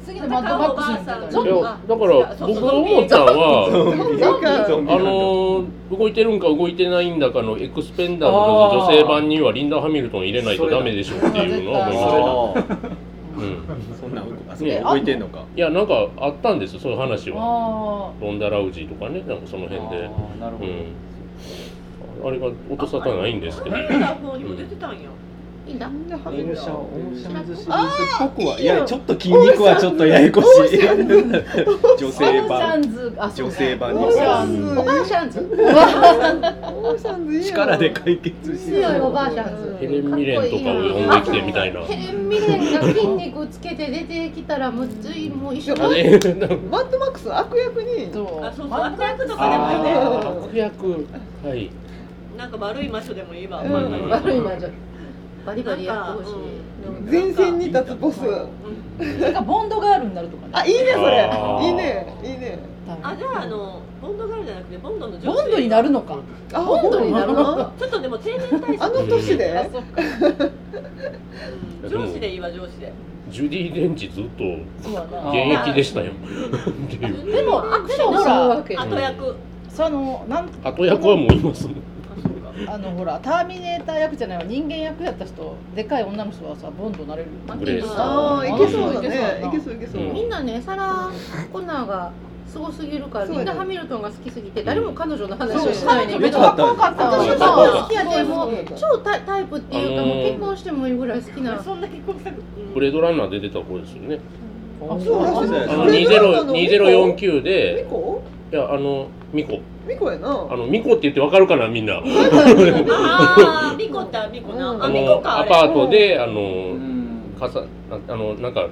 Speaker 7: 次のマッドマックスみたいな
Speaker 1: だ
Speaker 3: ゾ
Speaker 1: か
Speaker 3: ン
Speaker 1: ら
Speaker 3: ビ
Speaker 1: 僕が思ったのは
Speaker 4: ゾンビ
Speaker 2: なんか
Speaker 4: ゾンビ
Speaker 1: あのー動いてるんか動いてないんだかのエクスペンダブルの女性版にはリンダ・ハミルトン入れないとダメでしょっていうのは思いま
Speaker 8: あー
Speaker 1: したね、
Speaker 4: そんなんあそ
Speaker 1: ね
Speaker 4: こ置いてんのか
Speaker 1: うん、いやなんかあったんですよそういう話は
Speaker 7: あ
Speaker 1: ロンダ・ラウジーとかねなんかその辺で、
Speaker 8: あーなるほ
Speaker 1: う
Speaker 8: ど、
Speaker 1: ん、あれが音沙汰ないんですけど
Speaker 3: あれの方にも出てたんや
Speaker 5: いいんだ
Speaker 2: みんなハメ
Speaker 8: オーシャン
Speaker 2: だ。
Speaker 8: オーシャンズシリーズ
Speaker 4: 僕はいやちょっと筋肉はちょっとややこしい女
Speaker 7: ー
Speaker 4: 性
Speaker 7: オーシャン
Speaker 4: 版
Speaker 7: ズあそう
Speaker 4: 女
Speaker 7: ね
Speaker 4: 性版に
Speaker 2: オーシャンズ。
Speaker 5: おばあちゃんズ
Speaker 2: オーシャンズいいよ
Speaker 4: 力で解決し
Speaker 5: 強いおばあちゃんズ
Speaker 1: ヘレン・ミレンとかを呼んできてみた いな。
Speaker 5: ヘレン・ミレンが筋肉つけて出てきたらむっついもう一緒
Speaker 1: あ
Speaker 5: に
Speaker 1: れなんか
Speaker 2: マッドマックス悪役に。
Speaker 7: そう
Speaker 3: あそうそう
Speaker 7: マッドマッ
Speaker 3: 悪
Speaker 7: ク
Speaker 3: 役
Speaker 7: ス
Speaker 3: とかでもいいね
Speaker 2: あ
Speaker 1: 悪役はい
Speaker 3: なんか悪い魔女でもいいわ、
Speaker 2: うん
Speaker 3: な
Speaker 1: うん
Speaker 3: んか
Speaker 5: 悪い魔女バリバリやってほしい
Speaker 2: 前線に立つボス。
Speaker 3: うん
Speaker 7: それかボンドガールになるとかね
Speaker 2: あ、いいね、それ
Speaker 1: あ。ー
Speaker 2: いいね、いいね。
Speaker 7: 多分
Speaker 3: あじゃああのボンドガールじゃなくてボンドの女性
Speaker 7: ボンドになるのか
Speaker 2: あ、
Speaker 7: ボンドになる
Speaker 2: ほんま
Speaker 7: の
Speaker 3: ちょっとでも定年退
Speaker 2: あ
Speaker 3: 職
Speaker 2: の年
Speaker 7: あ
Speaker 2: で。
Speaker 7: そっか
Speaker 3: うん上司でいいわ上司で
Speaker 1: ジュディ・デンチずっと
Speaker 7: そうやな
Speaker 1: 現役でしたよっていう
Speaker 7: でもアクションほら
Speaker 3: 後役
Speaker 7: そのなん
Speaker 1: 後役はもういますもん
Speaker 7: あのほらターミネーター役じゃないわ人間役やった人でかい女の人はさボンドなれる
Speaker 1: グレース
Speaker 2: ああ、いけそうだね。
Speaker 7: い
Speaker 2: い
Speaker 7: け
Speaker 2: け
Speaker 7: そ
Speaker 2: そう、いけそうう。
Speaker 5: みんなねサラ・コナーがすごすぎるから
Speaker 2: そうや
Speaker 5: み
Speaker 2: ね
Speaker 5: んなハミルトンが好きすぎて誰も彼女の話
Speaker 7: そう
Speaker 5: をしないね
Speaker 7: そう
Speaker 5: めっちゃ
Speaker 4: かっこよか
Speaker 7: っ
Speaker 5: 私
Speaker 7: よ
Speaker 5: も
Speaker 7: かっ
Speaker 5: 好きやでも
Speaker 2: そう
Speaker 5: う
Speaker 2: そう
Speaker 5: 超タイタイプっていうか
Speaker 1: あ
Speaker 5: も
Speaker 1: の
Speaker 5: う
Speaker 1: ー
Speaker 5: 結婚してもいいぐらい好きな
Speaker 3: そんな結婚した
Speaker 1: ブレードランナー出てた方ですよね
Speaker 8: あ
Speaker 2: そう
Speaker 8: なん
Speaker 2: だ、そう
Speaker 8: だ
Speaker 1: あ
Speaker 2: だ。
Speaker 1: の
Speaker 2: ブレイドランナーの
Speaker 1: 2049で
Speaker 2: ミコ。
Speaker 1: いやあのミコ
Speaker 2: ミコやな
Speaker 1: あ。のミコって言ってわかるかなみんな
Speaker 3: ああミコってミコな
Speaker 2: うん
Speaker 3: あ
Speaker 1: あ
Speaker 3: ミコ
Speaker 1: の
Speaker 3: かあ
Speaker 1: ア
Speaker 3: れ
Speaker 1: パートであ
Speaker 8: う
Speaker 1: の
Speaker 8: ん
Speaker 1: 傘ああのなんか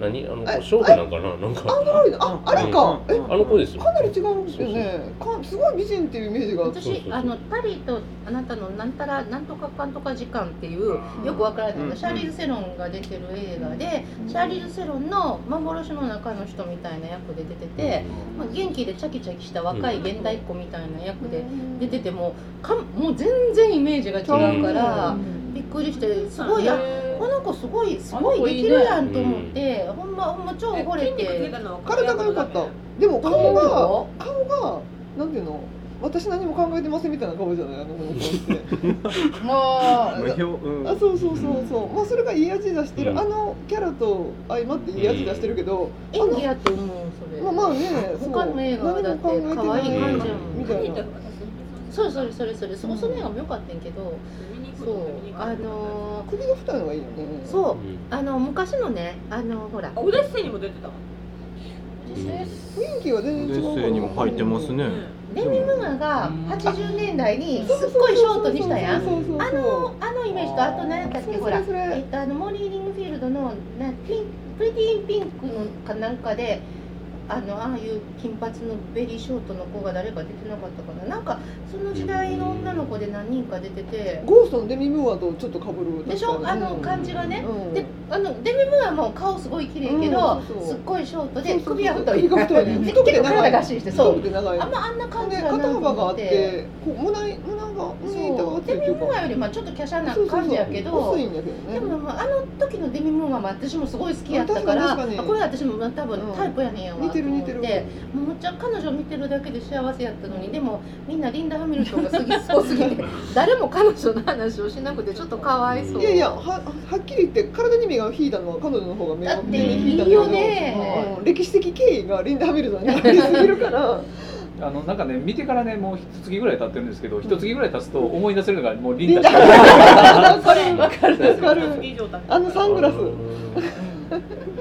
Speaker 1: 何あの
Speaker 2: え
Speaker 1: 勝負なんかななん
Speaker 2: ア
Speaker 1: か
Speaker 2: ンドロイド。あ、あれか。え、
Speaker 1: あの子ですよ
Speaker 2: かなり違うんですよね。か、すごい美人っていうイメージが。
Speaker 1: そうそう
Speaker 5: 私
Speaker 1: そう
Speaker 5: あのタリーとあなたのなんたらなんとかかんとか時間っていうよくわからない、
Speaker 4: うん
Speaker 5: シャーリーズ・セロンが出てる映画で、シャーリーズ・セロンの幻の中の人みたいな役で出てて、まあ、元気でチャキチャキした若い現代っ子みたいな役で出ててもかもう全然イメージが違うから、びっくりしてすごいやこの子すごいすごいできるやんと思って、ほんまほんま超惚
Speaker 3: 筋
Speaker 5: れ
Speaker 3: 肉つけ
Speaker 5: て
Speaker 3: たのは
Speaker 2: 体が良かった。でも、
Speaker 5: ど
Speaker 2: 顔
Speaker 5: う
Speaker 2: が。
Speaker 5: よ
Speaker 2: 顔がなんていうの私何も考えてませんみたいな顔じゃないあの子の顔って
Speaker 7: も
Speaker 4: 無表うん
Speaker 2: あそうそうそうそうまあそれがいい味出してる、
Speaker 1: うん
Speaker 2: あのキャラと相まっていい味出してるけど、
Speaker 5: 演技やと思うそれ。
Speaker 2: まあまあねそう
Speaker 5: 他の映画はだって
Speaker 2: 何も考えてな
Speaker 1: 可愛い感じや
Speaker 5: もん
Speaker 2: みたいな
Speaker 5: そうそれそれそれそこその映画も良かったんやけど、そうあの
Speaker 2: 首が太いのがいいよね
Speaker 5: ー
Speaker 2: う
Speaker 5: そううんあの昔のねあのほら
Speaker 3: オデッセイにも出てた
Speaker 2: 雰囲気は全然違うから
Speaker 3: う
Speaker 5: デミムーアが
Speaker 8: うん
Speaker 5: 80年代に
Speaker 2: そう
Speaker 5: す
Speaker 2: そう
Speaker 5: っ
Speaker 2: そう
Speaker 5: ごいショートにしたやん
Speaker 2: そうそうそうそう
Speaker 5: あのあのイメージとあと何やったっけ
Speaker 2: そう
Speaker 5: ほら
Speaker 2: それそれ
Speaker 5: えっとあのモリー・リングフィールドのなピンプリティーンピンクのかなんかであのああいう金髪のベリーショートの子が誰か出てなかったかななんかその時代の女の子で何人か出てて
Speaker 2: ゴーストのデミムーアとちょっと被る
Speaker 5: でしょあの感じがね
Speaker 2: うん
Speaker 5: であのデミムーアも顔すごい綺麗けど、
Speaker 2: うんそうそう
Speaker 5: すっごいショートで
Speaker 2: そうそうそう
Speaker 5: 首は太い
Speaker 2: 首 が太いね
Speaker 5: で
Speaker 2: 太くて
Speaker 5: 結構
Speaker 2: 長い
Speaker 5: 体がっしりしてそ
Speaker 2: そう
Speaker 5: う
Speaker 2: で長い
Speaker 5: あんまあんな感じ
Speaker 2: で
Speaker 5: だな
Speaker 2: 肩幅
Speaker 5: と
Speaker 2: が
Speaker 5: 思
Speaker 2: あ
Speaker 5: っ
Speaker 2: っててこう胸胸が胸板が
Speaker 5: そ
Speaker 2: あっ
Speaker 5: う
Speaker 2: て
Speaker 5: デ
Speaker 2: って
Speaker 5: ミ
Speaker 2: いう
Speaker 5: ムーア
Speaker 2: か
Speaker 5: よりまあちょっと華奢な
Speaker 2: そうそうそう
Speaker 5: 感じやけど
Speaker 2: 薄いんだけどね
Speaker 5: でもまああの時のデミムーアも私もすごい好きやったから
Speaker 2: 確かに確かに
Speaker 5: あこれ私も多分
Speaker 2: うん
Speaker 5: タイプやねんやわ
Speaker 2: 似てる似
Speaker 5: と
Speaker 2: て
Speaker 5: 思
Speaker 2: る
Speaker 5: ってもうむっちゃ彼女見てるだけで幸せやったのにでもみんなリンダ・ハミルトンがすぎ すごすぎて誰も彼女の話をしなくてちょっとかわいそう
Speaker 2: いやいやははっきり言って体に目が引いたのは彼女の方が目が
Speaker 5: だって
Speaker 2: 引いた
Speaker 5: いいよね
Speaker 2: うん歴史的経緯がリンダ・ハミルトン にありすぎるから
Speaker 8: あのなんかね見てからねもう一月ぐらい経ってるんですけど一月ぐらい経つと思い出せるのがも うリンダしか
Speaker 2: これ
Speaker 3: わか
Speaker 2: るわかるあのサングラス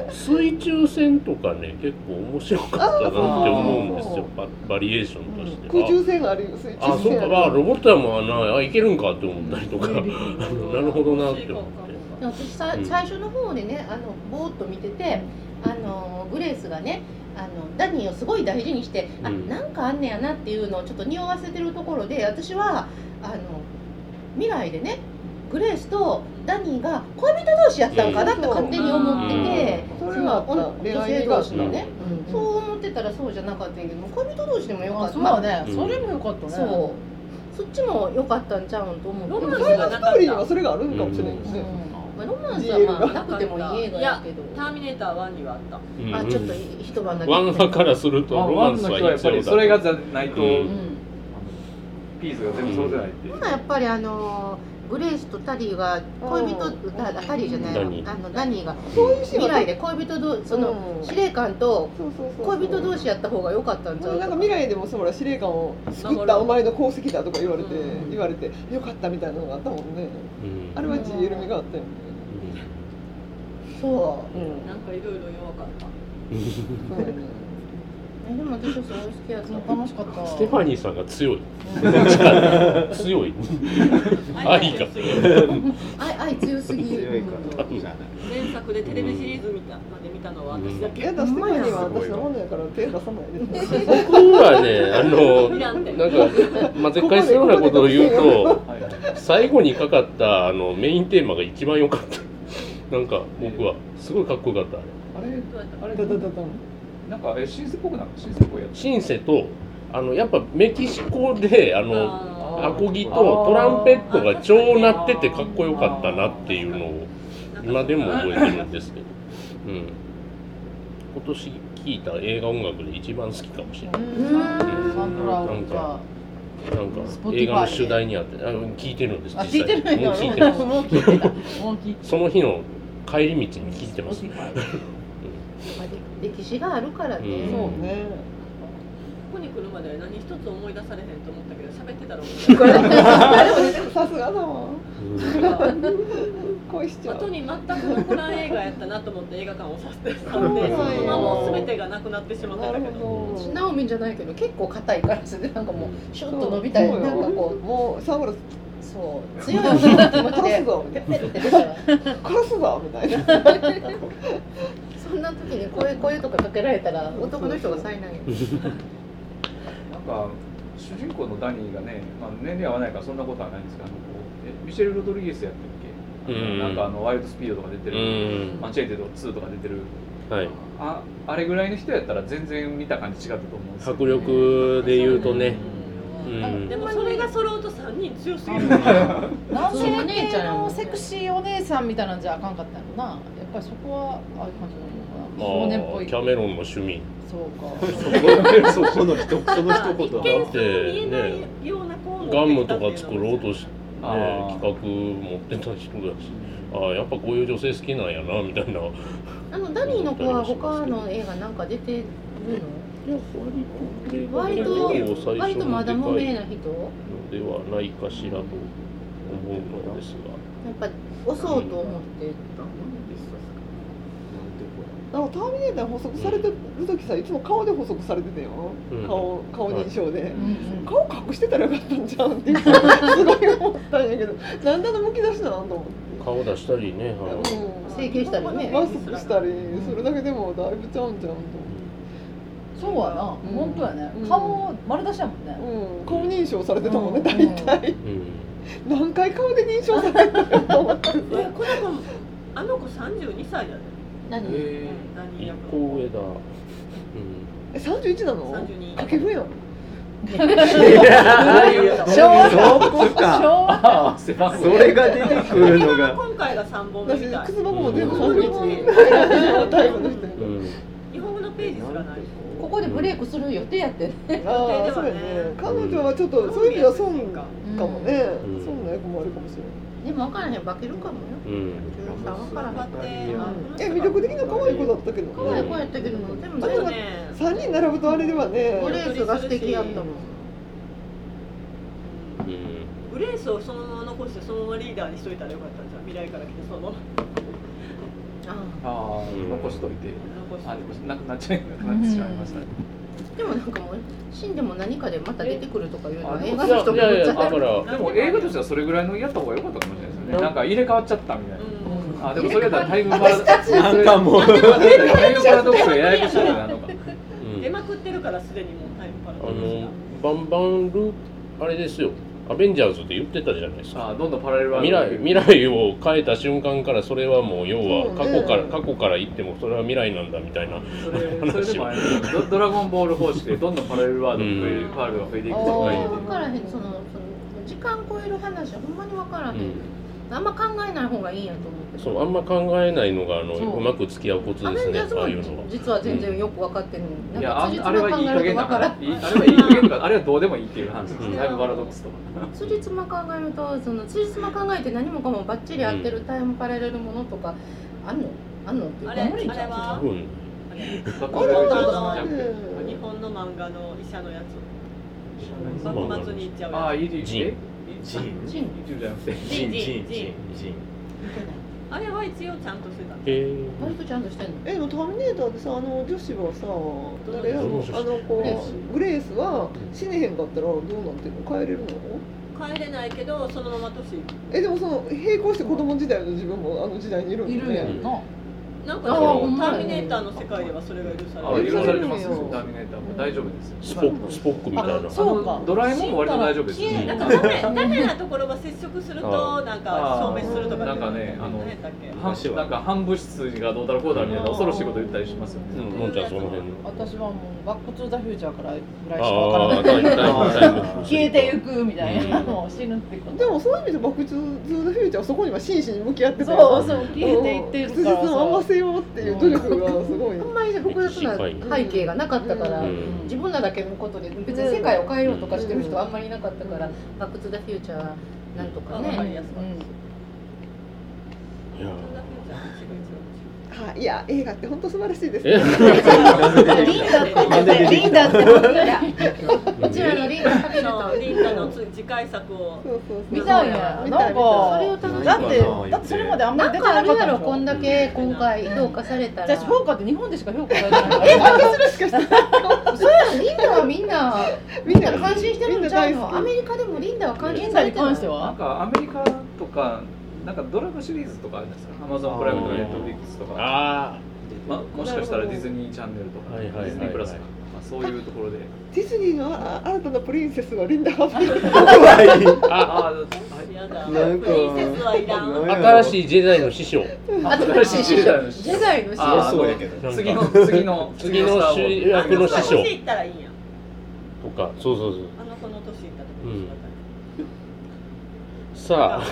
Speaker 1: 水中戦とかね結構面白かったなって思うんです
Speaker 2: あーそ
Speaker 1: よ
Speaker 2: う
Speaker 1: ババリエーションとして
Speaker 2: 空中戦がある水
Speaker 1: あ
Speaker 2: 中
Speaker 1: あそう
Speaker 2: 戦
Speaker 1: か
Speaker 2: あ
Speaker 1: あ
Speaker 2: る
Speaker 1: ロボットやもんなあいけるんかって思ったりとかあのなるほどなって思って
Speaker 5: でも私さ
Speaker 1: うん
Speaker 5: 最初の方でねあのぼーっと見ててあのグレースがねあのダニーをすごい大事にして、あ
Speaker 1: うん
Speaker 5: なんかあんねやなっていうのをちょっと匂わせてるところで私はあの未来でねグレースとダニーが恋人同士やったんかなって勝手に思ってて、
Speaker 2: うん
Speaker 5: その
Speaker 2: それはあった
Speaker 5: 女性同士のね、
Speaker 7: うん
Speaker 5: そう思ってたらそうじゃなかったんやけど恋人同士でもよか
Speaker 7: あ
Speaker 5: った
Speaker 7: そうだね、
Speaker 1: うん
Speaker 7: それもよかったね
Speaker 5: そうそっちも良かったんちゃうんと思って
Speaker 3: ロ
Speaker 2: そ
Speaker 3: マンス
Speaker 2: れ
Speaker 3: が
Speaker 2: の
Speaker 3: な
Speaker 2: スト
Speaker 3: か
Speaker 2: ーリーに
Speaker 3: っ
Speaker 2: はそれがあるんかもしれないです
Speaker 7: う
Speaker 2: ね、
Speaker 7: ん
Speaker 5: まあロマンスはまあなくてもいい映画やけど
Speaker 3: た「ターミネーター1」にはあった
Speaker 1: うん
Speaker 5: あちょっと一晩だけ
Speaker 1: ワンファからすると
Speaker 8: まあ
Speaker 1: ロ
Speaker 8: ワ
Speaker 1: マ
Speaker 8: ン
Speaker 1: ンス
Speaker 8: の
Speaker 1: は
Speaker 8: 人はやっ
Speaker 1: 必
Speaker 8: ぱ
Speaker 1: 要
Speaker 8: り
Speaker 1: だ
Speaker 8: それがじゃないと、
Speaker 1: う
Speaker 5: うん
Speaker 8: ピースが全部揃ってないっていう
Speaker 5: ほなやっぱりあのグレースとタリーが恋人だタリーじゃない
Speaker 1: ダニー
Speaker 5: あのダニーが
Speaker 2: そういうシーンは
Speaker 5: 未来で恋人同その
Speaker 2: うん
Speaker 5: 司令官と
Speaker 2: そうそうそうそう
Speaker 5: 恋人同士やった方が良かったんちゃ
Speaker 2: なん
Speaker 5: う
Speaker 2: か
Speaker 5: か
Speaker 2: 未来でもそうほら司令官を救ったお前の功績だとか言われて、言われてよかったみたいなのがあったもんね
Speaker 1: うん
Speaker 2: あれはち緩みがあったよね
Speaker 5: そう、うん
Speaker 3: なんかいろいろ弱かった
Speaker 2: そうやね
Speaker 5: えでも私はそれ好きやった
Speaker 7: 楽しかった
Speaker 1: ステファニーさんが 強い強い愛が
Speaker 5: 愛愛強すぎ
Speaker 4: 強いか
Speaker 5: う
Speaker 4: ら
Speaker 5: ん
Speaker 4: じゃない
Speaker 3: 前作でテレビシリーズ見たまで見たのは私だけ
Speaker 2: いや出してくれには私のものやから手出さないですね
Speaker 1: 僕はねあのなんか混ぜ返すようなことを言うと
Speaker 8: はい
Speaker 1: 最後にかかったあのメインテーマが一番良かった なんか僕はすごいかっこよかったあれ
Speaker 8: あれ
Speaker 3: どうやった
Speaker 8: あれ
Speaker 2: ダダダダン
Speaker 8: なんかえシンセっぽくなんかシンセっぽいやつ
Speaker 1: シンセとあのやっぱメキシコであの
Speaker 3: あ
Speaker 1: アコギとトランペットが超鳴っててかっこよかったなっていうのを
Speaker 3: ーな
Speaker 1: 今
Speaker 3: んか
Speaker 1: でも覚えてるんですけど、うん、今年聴いた映画音楽で一番好きかもしれない
Speaker 7: うんサントラをじゃあ
Speaker 1: なんか
Speaker 7: Spotify
Speaker 1: 映画の主題にあってあ聴いてるんです
Speaker 7: あ聞いてるん
Speaker 1: も
Speaker 7: や
Speaker 1: う聴いてます
Speaker 7: もう聞いてたもう聞いて
Speaker 1: その日の帰り道に聴いてます
Speaker 5: まあで歴史があるからね、
Speaker 1: うん
Speaker 2: そうね
Speaker 3: ここに来るまで何一つ思い出されへんと思ったけど喋ってたら思い出す
Speaker 2: さすがだわ恋しちゃ
Speaker 3: 後
Speaker 2: う
Speaker 3: に全く残らん映画やったなと思って映画館をさせてた
Speaker 2: そ
Speaker 3: の
Speaker 2: うなん
Speaker 3: で
Speaker 2: や
Speaker 3: そのまも全てがなくなってしまって
Speaker 2: な
Speaker 3: た
Speaker 2: る
Speaker 3: けど
Speaker 2: ほど
Speaker 5: ナオミンじゃないけど結構硬いからですねなんかもうシュッと伸びたり
Speaker 2: そうよ
Speaker 5: なんかこ
Speaker 2: もうサンゴラス
Speaker 5: うそう強い女の気持ち
Speaker 2: 殺す
Speaker 5: で
Speaker 2: ぞ
Speaker 5: ペッペッって出ちゃう
Speaker 2: 殺すぞみたいな
Speaker 5: そんな時に声声とかかけられたら男の人が災難 や
Speaker 8: なんか主人公のダニーがね、まあ、年齢合わないからそんなことはないんですけどあのこうえミシェル・ロドリゲスやったっ
Speaker 1: う
Speaker 8: け、
Speaker 1: ん
Speaker 8: なんかあのワイルドスピードとか出て
Speaker 1: う
Speaker 8: る、
Speaker 1: ん
Speaker 8: マチェーテド2とか出てる
Speaker 1: はい
Speaker 8: ああれぐらいの人やったら全然見た感じ違ったと思うんですよ
Speaker 1: 迫力で言うとねうん
Speaker 3: でもそれが揃うと3人強すぎる
Speaker 7: 男性系のセクシーお姉さんみたいなんじゃあかんかったのかなやっぱりそこはああいう感じなのかな
Speaker 1: ま
Speaker 7: 少
Speaker 1: あ
Speaker 7: 年っぽい
Speaker 1: キャメロンの趣味
Speaker 7: そうか
Speaker 4: そこの一そ
Speaker 3: 一
Speaker 4: の一
Speaker 3: 見
Speaker 4: 言
Speaker 1: だっ
Speaker 3: そう見え
Speaker 1: てね
Speaker 3: ないような子を持
Speaker 1: ガ
Speaker 3: っ
Speaker 1: ン
Speaker 3: て
Speaker 1: ム
Speaker 3: きた
Speaker 1: と
Speaker 3: っていう
Speaker 1: か作ろ
Speaker 3: のも
Speaker 1: うとして、
Speaker 8: あ
Speaker 1: ね
Speaker 8: ー、
Speaker 1: 企画持ってた人だしああやっぱこういう女性好きなんやなみたいな
Speaker 5: あのダニーの子は他の映画なんか出てるの割と
Speaker 1: 最
Speaker 5: 割とまだ無名
Speaker 1: で
Speaker 5: な人
Speaker 1: はないかしらと思うのですが
Speaker 5: やっぱ押そうと思って
Speaker 2: なんかターミネーター補足されてる時さいつも顔で補足されてたよ、
Speaker 1: うん
Speaker 2: 顔顔認証で、
Speaker 7: うん
Speaker 2: 顔隠してたらよかったんじゃんってすごい思ったんやけどなんだのむき出しなのと思
Speaker 1: 顔出したりねあの
Speaker 2: って、
Speaker 5: 整形したりね
Speaker 2: マスクしたりそれだけでもだいぶちゃうんちゃうん
Speaker 7: そうやな、
Speaker 2: うん
Speaker 7: 本当やね
Speaker 2: うん
Speaker 7: 顔丸出しやもんね
Speaker 2: と、うん、顔認証されてたもんね、
Speaker 7: うん
Speaker 2: 大体
Speaker 1: うん
Speaker 2: 何回顔で認証されてたのと思って
Speaker 3: えこの子あの子32歳だね
Speaker 5: 何、
Speaker 8: え
Speaker 3: 何
Speaker 1: 一
Speaker 3: 役
Speaker 1: 個上だ
Speaker 2: え31なの
Speaker 3: 32
Speaker 2: 掛布やん
Speaker 7: 昭和
Speaker 4: そこか
Speaker 7: 昭和
Speaker 8: ー、背番
Speaker 4: そ
Speaker 8: 号
Speaker 4: れが出てくるのが
Speaker 3: 今回が3本目みた
Speaker 2: 私
Speaker 3: い
Speaker 2: 靴箱も全部
Speaker 1: うん
Speaker 2: 31の タイプの人や
Speaker 1: うん、うん、
Speaker 3: 日本語のページすらない
Speaker 5: ここでブレイクする予定やって
Speaker 2: ああそうやね彼女はちょっとそういう意味では損かもね、
Speaker 1: ん
Speaker 2: 損な役もあるかもしれない
Speaker 5: でも分からへん化けるかもよ
Speaker 1: うん
Speaker 5: 分からへ
Speaker 3: 頑張
Speaker 5: ん
Speaker 3: って
Speaker 2: え魅力的な可愛い子だったけど
Speaker 5: 可愛い子
Speaker 2: ね
Speaker 5: やったけどでも
Speaker 3: ちょ
Speaker 5: な
Speaker 3: っと
Speaker 5: んか
Speaker 3: ね
Speaker 2: 3人並ぶとあれではね
Speaker 5: グレースが素敵やったもん
Speaker 1: うん
Speaker 3: グレースをそのまま残してそのままリーダーにしといたらよかったんじゃん未来から来てそのまま
Speaker 5: あ
Speaker 8: あ
Speaker 1: うん
Speaker 8: ー残しといて
Speaker 3: 残して
Speaker 8: あでもなくなっちゃいなくなってしまいましたね、
Speaker 5: あでもなんかもう死んでも何かでまた出てくるとかいうのは
Speaker 8: え
Speaker 5: 映
Speaker 1: い
Speaker 5: 画の
Speaker 1: や
Speaker 5: 人も
Speaker 1: いやい
Speaker 5: 言っち
Speaker 1: や
Speaker 5: ゃった
Speaker 1: だから
Speaker 8: でも映画としてはそれぐらいのやった方が良かったかもしれないですよねなんか入れ替わっちゃったみたいな、
Speaker 3: うん
Speaker 8: あでもそれやったらタイムパラドックス
Speaker 4: なんかもう
Speaker 8: タイムパラドックスがややこしいなのか
Speaker 1: うん
Speaker 3: 出まくってるからすでにもうタイムパラ
Speaker 1: あ
Speaker 3: ドックス
Speaker 1: のバンバンルーあれですよアベンジャーズって言ってたじゃないですか
Speaker 8: あどんどんパラレルワー
Speaker 1: 未
Speaker 8: ル
Speaker 1: 来
Speaker 8: ド
Speaker 1: 未来を変えた瞬間からそれはもう要は過去から
Speaker 2: うん
Speaker 1: 過去から言ってもそれは未来なんだみたいな
Speaker 8: それそれでもあれだけどドドラゴンボール方式でどんどんパラレルワールドが増える
Speaker 1: うん
Speaker 8: ファールが増えていく
Speaker 2: あ
Speaker 8: 世界
Speaker 2: ー
Speaker 8: で
Speaker 5: 分からへんそのその時間超える話ほんまに分からへん、あんま考えない方がいいんやと思って
Speaker 1: そうあんま考えないのがあの
Speaker 5: そう
Speaker 1: うまく付き合うコツ
Speaker 5: ア
Speaker 1: で
Speaker 5: ベ
Speaker 1: す
Speaker 5: ンジ
Speaker 1: ね
Speaker 5: ャーズ
Speaker 1: ああいうの
Speaker 5: も
Speaker 1: は
Speaker 5: 実は全然よく分かってるの
Speaker 8: い
Speaker 5: に、
Speaker 8: や
Speaker 5: なんか
Speaker 8: あ
Speaker 5: 辻
Speaker 8: あれ
Speaker 5: 褄
Speaker 8: はいい
Speaker 5: 考
Speaker 8: 加
Speaker 5: える
Speaker 8: 減
Speaker 5: と分
Speaker 8: だか
Speaker 5: からら
Speaker 8: あ
Speaker 5: ん
Speaker 8: れはいい加減だからあれはどうでもいいっていう話です
Speaker 1: うん
Speaker 8: ねだいぶパラドックスと
Speaker 5: 辻褄考えるとその辻褄考えて何もかもバッチリ合ってるタイムパラレルものとかあんのあんのっていう
Speaker 3: あ
Speaker 5: か
Speaker 3: れ
Speaker 5: 無理じゃん
Speaker 3: あれ
Speaker 1: 多
Speaker 3: は
Speaker 1: 分
Speaker 3: あれ
Speaker 8: 学
Speaker 2: あ
Speaker 8: 校
Speaker 2: れ
Speaker 8: が
Speaker 2: はど
Speaker 8: 出てる
Speaker 2: う
Speaker 8: じゃ
Speaker 2: だ
Speaker 8: んけん
Speaker 2: ろう
Speaker 3: 日本の漫画の医者のやつ幕末に行っちゃうやつ
Speaker 8: ああいいで
Speaker 1: ジン
Speaker 8: え
Speaker 4: ジン
Speaker 5: ジン
Speaker 8: いいじゃなくて
Speaker 4: ジンジ
Speaker 3: ジ
Speaker 4: ン
Speaker 3: ン
Speaker 4: ジン
Speaker 3: あれは一応ちゃんとしてた
Speaker 1: えー
Speaker 5: 割とちゃんとしてんの
Speaker 2: えでもターミネーターでさあの女子はさ誰や
Speaker 1: ど
Speaker 2: ろ
Speaker 1: うしま
Speaker 2: あ
Speaker 1: した
Speaker 2: の
Speaker 5: グレ
Speaker 2: 子
Speaker 5: ース
Speaker 2: グレースは死ねへんかったらどうなってんの帰れるの
Speaker 3: 帰れないけどそのまま年
Speaker 2: えでもその並行して子供時代の自分もあの時代にいるん
Speaker 7: い
Speaker 2: だ
Speaker 7: るんや
Speaker 2: ね
Speaker 7: んな
Speaker 3: なんか
Speaker 1: あーほん
Speaker 3: ター
Speaker 5: まや
Speaker 3: ミネーターの世界ではそれが許さ
Speaker 8: あ
Speaker 3: れ
Speaker 8: 許
Speaker 3: る
Speaker 8: されてます
Speaker 2: 許されるよ
Speaker 8: ダーミネーターも大丈夫ですよ
Speaker 1: スポックスポックみたいな
Speaker 8: あの
Speaker 1: そ
Speaker 7: そうか
Speaker 8: ドラえもんも割と大丈夫ですよ
Speaker 7: 死ん
Speaker 3: な
Speaker 7: だ
Speaker 3: ん
Speaker 7: ら
Speaker 3: か
Speaker 7: 消
Speaker 3: ダ
Speaker 7: え
Speaker 3: メダメなところは接触する
Speaker 1: あ
Speaker 3: と
Speaker 1: ー
Speaker 3: なんか消滅するとかって
Speaker 8: なんかねあの
Speaker 3: 何やったっけ
Speaker 8: 半紙なんか半物質がどうだろうこうだろうみたいな恐ろしいこと言ったりしますよね、
Speaker 1: うんのんちゃんその辺の
Speaker 7: 私はもうバックトゥザフューチャーからぐらいしか
Speaker 1: あ
Speaker 7: わか
Speaker 1: あ
Speaker 7: ら
Speaker 1: タイ
Speaker 7: な
Speaker 1: ム
Speaker 7: い
Speaker 1: タイムタイム
Speaker 7: 消えてゆくみたいな
Speaker 1: うん
Speaker 7: もう死ぬってこと
Speaker 2: でもそういう意味で「バック・トゥ・ザ・フューチャー」はそこには真摯に向き合ってた
Speaker 7: そ
Speaker 2: よ
Speaker 7: うそう消えていってる
Speaker 2: うん
Speaker 7: から
Speaker 2: 実を合わ
Speaker 7: さ
Speaker 2: せようっていう努力がすごい
Speaker 5: あんまり複雑な背景がなかったから、
Speaker 1: うん
Speaker 5: 自分らだけのことで別に世界を変えようとかしてる人はあんまりいなかったから「バック・トゥ・ザ・フューチャー」はなんとか
Speaker 3: わかり
Speaker 5: ね
Speaker 3: やすかったです
Speaker 1: いや
Speaker 2: はいいや映画って本当素晴らしいです
Speaker 1: え
Speaker 2: ね
Speaker 7: リンダってリンダって思ってた
Speaker 5: うちらのリンダかける
Speaker 3: そう
Speaker 5: と
Speaker 3: リンダの次回作を
Speaker 2: そうそうそう
Speaker 7: 見たいや
Speaker 2: 見た
Speaker 7: ないん
Speaker 2: 見た
Speaker 7: か
Speaker 2: い
Speaker 5: それを楽しみ
Speaker 7: だってだってそれまであんま
Speaker 5: な
Speaker 7: り
Speaker 5: ん
Speaker 7: 出て
Speaker 5: かあ
Speaker 7: な
Speaker 5: る
Speaker 7: かったん
Speaker 5: や
Speaker 7: でしょ
Speaker 5: ろこんだけ今回評価されたら
Speaker 7: 私評価って日本でしか評価されてないから
Speaker 5: そうやリンダはみんな
Speaker 2: みんな
Speaker 5: みんな感心してるんちゃうのアメ
Speaker 2: リ
Speaker 5: リカでもリンダは感
Speaker 7: リ
Speaker 5: 心
Speaker 7: ン
Speaker 5: さ
Speaker 7: ダ
Speaker 5: れ
Speaker 7: に
Speaker 5: てない
Speaker 7: 関して
Speaker 8: なん
Speaker 7: は
Speaker 8: かアメリカとかなんかドラマシリーズとかあるじゃないですかアマゾンプライムとかネットフリックスとか
Speaker 1: あ
Speaker 8: ま、もしかしたらディズニーチャンネルとか、
Speaker 1: はいはいはいはい
Speaker 8: ディズニープラスとか、まあ、そういうところで
Speaker 2: ディズニーのあ新たなプリンセスはリンダ・ハーフィー
Speaker 1: あ
Speaker 8: あ
Speaker 3: やだ
Speaker 4: なんか
Speaker 3: プリンセスはいらん
Speaker 1: あ新しいジェダイの師匠
Speaker 5: あと
Speaker 8: 新しい時代の
Speaker 5: ジェダイの師
Speaker 8: あー
Speaker 5: 匠
Speaker 4: そうやけど
Speaker 1: なんか
Speaker 8: 次の次の
Speaker 1: 次の主役の
Speaker 3: あ
Speaker 1: 師
Speaker 3: の
Speaker 1: 匠
Speaker 3: 年いったらいいんや
Speaker 1: とかそうそうそう
Speaker 3: あの子の年いったとこ
Speaker 1: さあ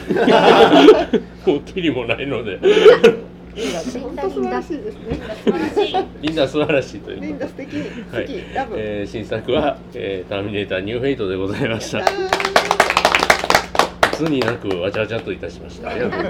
Speaker 1: もうキリもないので
Speaker 2: 本当素晴らしいですね
Speaker 3: 素晴らしい
Speaker 1: リンダ素晴らしいとい
Speaker 2: リ
Speaker 1: う
Speaker 2: ン
Speaker 1: こ
Speaker 2: ダ
Speaker 1: と
Speaker 2: 素敵好
Speaker 1: は
Speaker 2: き、
Speaker 1: い
Speaker 2: ラブ、
Speaker 1: えー新作は、えーターミネーターニューフェイト」でございました
Speaker 2: あー
Speaker 1: つになくわちゃわちゃっといたしましたありがとうございます